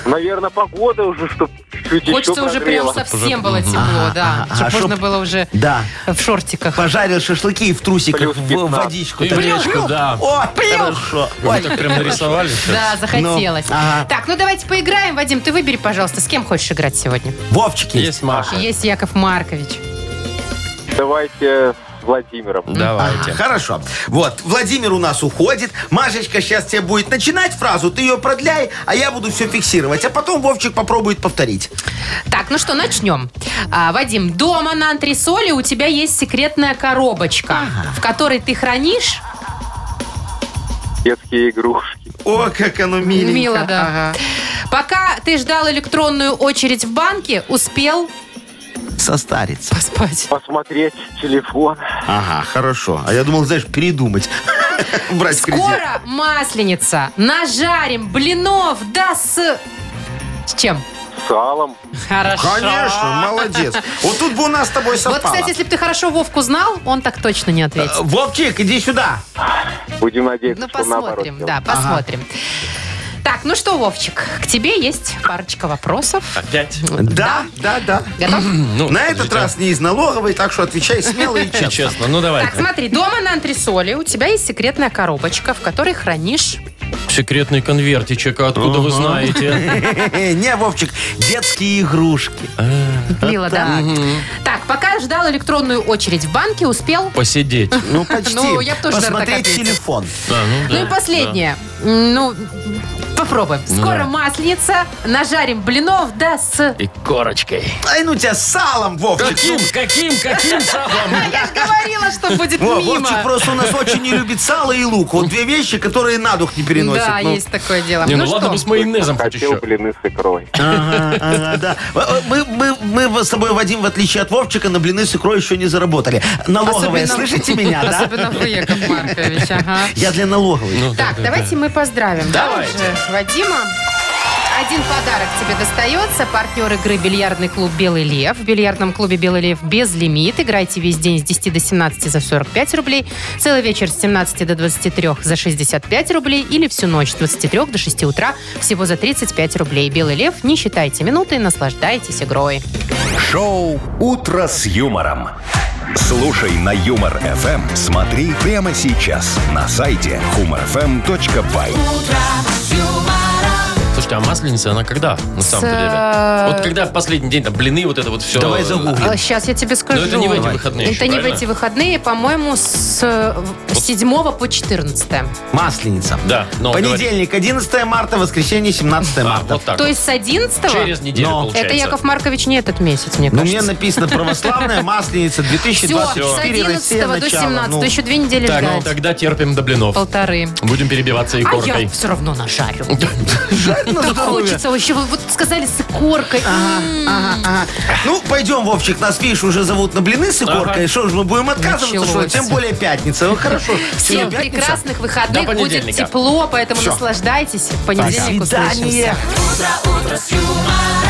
Speaker 8: Наверное, погода уже, чтобы чуть еще
Speaker 3: Хочется уже прям
Speaker 8: прогрело.
Speaker 3: совсем было тепло,
Speaker 4: Ага,
Speaker 3: да.
Speaker 4: ага,
Speaker 3: чтобы
Speaker 4: а
Speaker 3: можно
Speaker 4: чтоб-
Speaker 3: было уже
Speaker 4: Да.
Speaker 3: в шортиках.
Speaker 4: Пожарил шашлыки и в трусиках
Speaker 8: Плюс
Speaker 4: в
Speaker 8: 15.
Speaker 4: водичку.
Speaker 2: И в речку, да.
Speaker 4: О, хорошо.
Speaker 2: Вы так прям нарисовали сейчас.
Speaker 3: Да, захотелось.
Speaker 4: Ну, ага.
Speaker 3: Так, ну давайте поиграем. Вадим, ты выбери, пожалуйста, с кем хочешь играть сегодня.
Speaker 4: Вовчик есть.
Speaker 2: Есть Маша.
Speaker 3: Есть Яков Маркович.
Speaker 8: Давайте с Владимиром.
Speaker 4: Ага,
Speaker 2: Давайте.
Speaker 4: А, Хорошо. Вот, Владимир у нас уходит. Машечка сейчас тебе будет начинать фразу, ты ее продляй, а я буду все фиксировать. А потом Вовчик попробует повторить.
Speaker 3: Так, ну что, начнем. А, Вадим, дома на антресоле у тебя есть секретная коробочка, в которой ты хранишь...
Speaker 8: Детские игрушки.
Speaker 4: О, как оно миленько.
Speaker 3: Мило, да. Пока ты ждал электронную очередь в банке, успел
Speaker 4: Состарится.
Speaker 3: поспать.
Speaker 8: Посмотреть телефон.
Speaker 4: Ага, хорошо. А я думал, знаешь, передумать. (laughs) Брать в кредит.
Speaker 3: Скоро масленица. Нажарим блинов, да с... С чем?
Speaker 8: С салом.
Speaker 3: Хорошо.
Speaker 4: Конечно, молодец. Вот тут бы у нас с тобой
Speaker 3: Вот,
Speaker 4: совпало.
Speaker 3: кстати, если бы ты хорошо Вовку знал, он так точно не
Speaker 4: Э,
Speaker 3: ответил.
Speaker 4: Вовчик, иди сюда.
Speaker 8: Будем надеяться,
Speaker 3: Ну,
Speaker 8: что наоборот.
Speaker 3: посмотрим, да, посмотрим. Так, ну что, Вовчик, к тебе есть парочка вопросов.
Speaker 2: Опять.
Speaker 4: Да, да, да.
Speaker 3: Готов?
Speaker 2: Ну,
Speaker 4: Ну, На этот
Speaker 2: подождите.
Speaker 4: раз не из налоговой, так что отвечай смело и
Speaker 2: Честно,
Speaker 4: честно.
Speaker 2: Честно, ну
Speaker 3: Так,
Speaker 2: давайте.
Speaker 3: смотри, дома на антресоле у тебя есть секретная коробочка, в которой хранишь...
Speaker 2: Секретный конвертичек, а откуда вы
Speaker 4: (laughs)
Speaker 2: знаете?
Speaker 4: (laughs) Не, Вовчик, детские игрушки.
Speaker 3: Мило, да? Так, пока ждал электронную очередь в банке, успел...
Speaker 2: Посидеть.
Speaker 4: Ну, почти.
Speaker 3: Ну, я б тоже, наверное, так
Speaker 4: Посмотреть
Speaker 3: ответила.
Speaker 4: телефон.
Speaker 2: Да, ну да,
Speaker 3: ну и последнее. М, Ну, попробуем. Скоро масленица, нажарим блинов, да, с...
Speaker 2: да. И корочкой.
Speaker 4: Ай, ну тебя с салом, Вовчик.
Speaker 2: Каким, каким, каким салом?
Speaker 3: (laughs) Я же говорила, что будет
Speaker 4: Во,
Speaker 3: мимо.
Speaker 4: Вовчик просто у нас очень не любит сало и лук. Вот две вещи, которые на дух не переносит.
Speaker 3: Да,
Speaker 4: Ну,
Speaker 3: есть такое дело.
Speaker 2: Не, ну
Speaker 3: что?
Speaker 2: ладно бы с майонезом хоть
Speaker 8: Хотел
Speaker 2: еще.
Speaker 8: блины с икрой.
Speaker 4: ага, ага, да. Э, э, Мы, мы, мы с тобой, Вадим, в отличие от Вовчика, на блины с икрой еще не заработали. Налоговая,
Speaker 3: Особенно-
Speaker 4: слышите меня, да?
Speaker 3: Особенно вы, Яков Маркович, ага.
Speaker 4: Я для налоговой.
Speaker 2: Ну,
Speaker 3: Так,
Speaker 2: да, да,
Speaker 3: давайте мы поздравим. да,
Speaker 2: Давайте.
Speaker 3: уже Вадима. Один подарок тебе достается. Партнер игры «Бильярдный клуб «Белый лев». В бильярдном клубе «Белый лев» без лимит. Играйте весь день с 10 до 17 за 45 рублей. Целый вечер с 17 до 23 за 65 рублей. Или всю ночь с 23 до 6 утра всего за 35 рублей. «Белый лев». Не считайте минуты, наслаждайтесь игрой.
Speaker 1: Шоу «Утро с юмором». Слушай на Юмор ФМ. Смотри прямо сейчас на сайте humorfm.by.
Speaker 2: да. Слушайте, а масленица, она когда, на самом деле? Вот когда в последний день, там, блины, вот это вот все.
Speaker 4: Давай загуглим.
Speaker 3: Сейчас А, я тебе скажу.
Speaker 2: это не в эти выходные
Speaker 3: Это
Speaker 2: еще,
Speaker 3: не в
Speaker 2: правильно?
Speaker 3: эти выходные, по-моему, с э, в- 7 по 14.
Speaker 4: Масленица.
Speaker 2: Да, но
Speaker 4: Понедельник, 11 марта, воскресенье, 17
Speaker 2: говорит- А,
Speaker 4: марта.
Speaker 2: вот так.
Speaker 3: То
Speaker 2: вот.
Speaker 3: есть с 11
Speaker 2: Через неделю,
Speaker 4: Но.
Speaker 2: получается.
Speaker 3: Это Яков Маркович не этот месяц, мне
Speaker 4: Ну, мне
Speaker 3: кажется.
Speaker 4: написано православная масленица
Speaker 3: Все, с
Speaker 4: 2024 Россия
Speaker 3: 11 до
Speaker 4: начало.
Speaker 3: 17,
Speaker 4: Ну,
Speaker 3: еще две недели
Speaker 2: Так, ну
Speaker 3: ждать.
Speaker 2: тогда терпим до блинов.
Speaker 3: Полторы.
Speaker 2: Будем перебиваться
Speaker 3: А я
Speaker 2: икоркой.
Speaker 3: все равно нажарю.
Speaker 4: Жарь на
Speaker 3: так
Speaker 4: здоровье.
Speaker 3: хочется вообще. Вы Вот сказали с икоркой.
Speaker 4: А,
Speaker 3: М,
Speaker 4: Ну, пойдем, Вовчик, нас, видишь, уже зовут на блины с икоркой.
Speaker 2: Ага.
Speaker 4: Что ж, мы будем отказываться, что ли?
Speaker 3: Началось.
Speaker 4: Тем более пятница. Ну, хорошо.
Speaker 3: Всем
Speaker 4: Сегодня пятница.
Speaker 3: прекрасных выходных.
Speaker 2: До
Speaker 3: Будет
Speaker 2: понедельника.
Speaker 3: тепло, поэтому наслаждайтесь. В
Speaker 4: До
Speaker 3: понедельник
Speaker 4: свидания.
Speaker 3: услышимся.
Speaker 9: утро, утро с юмором.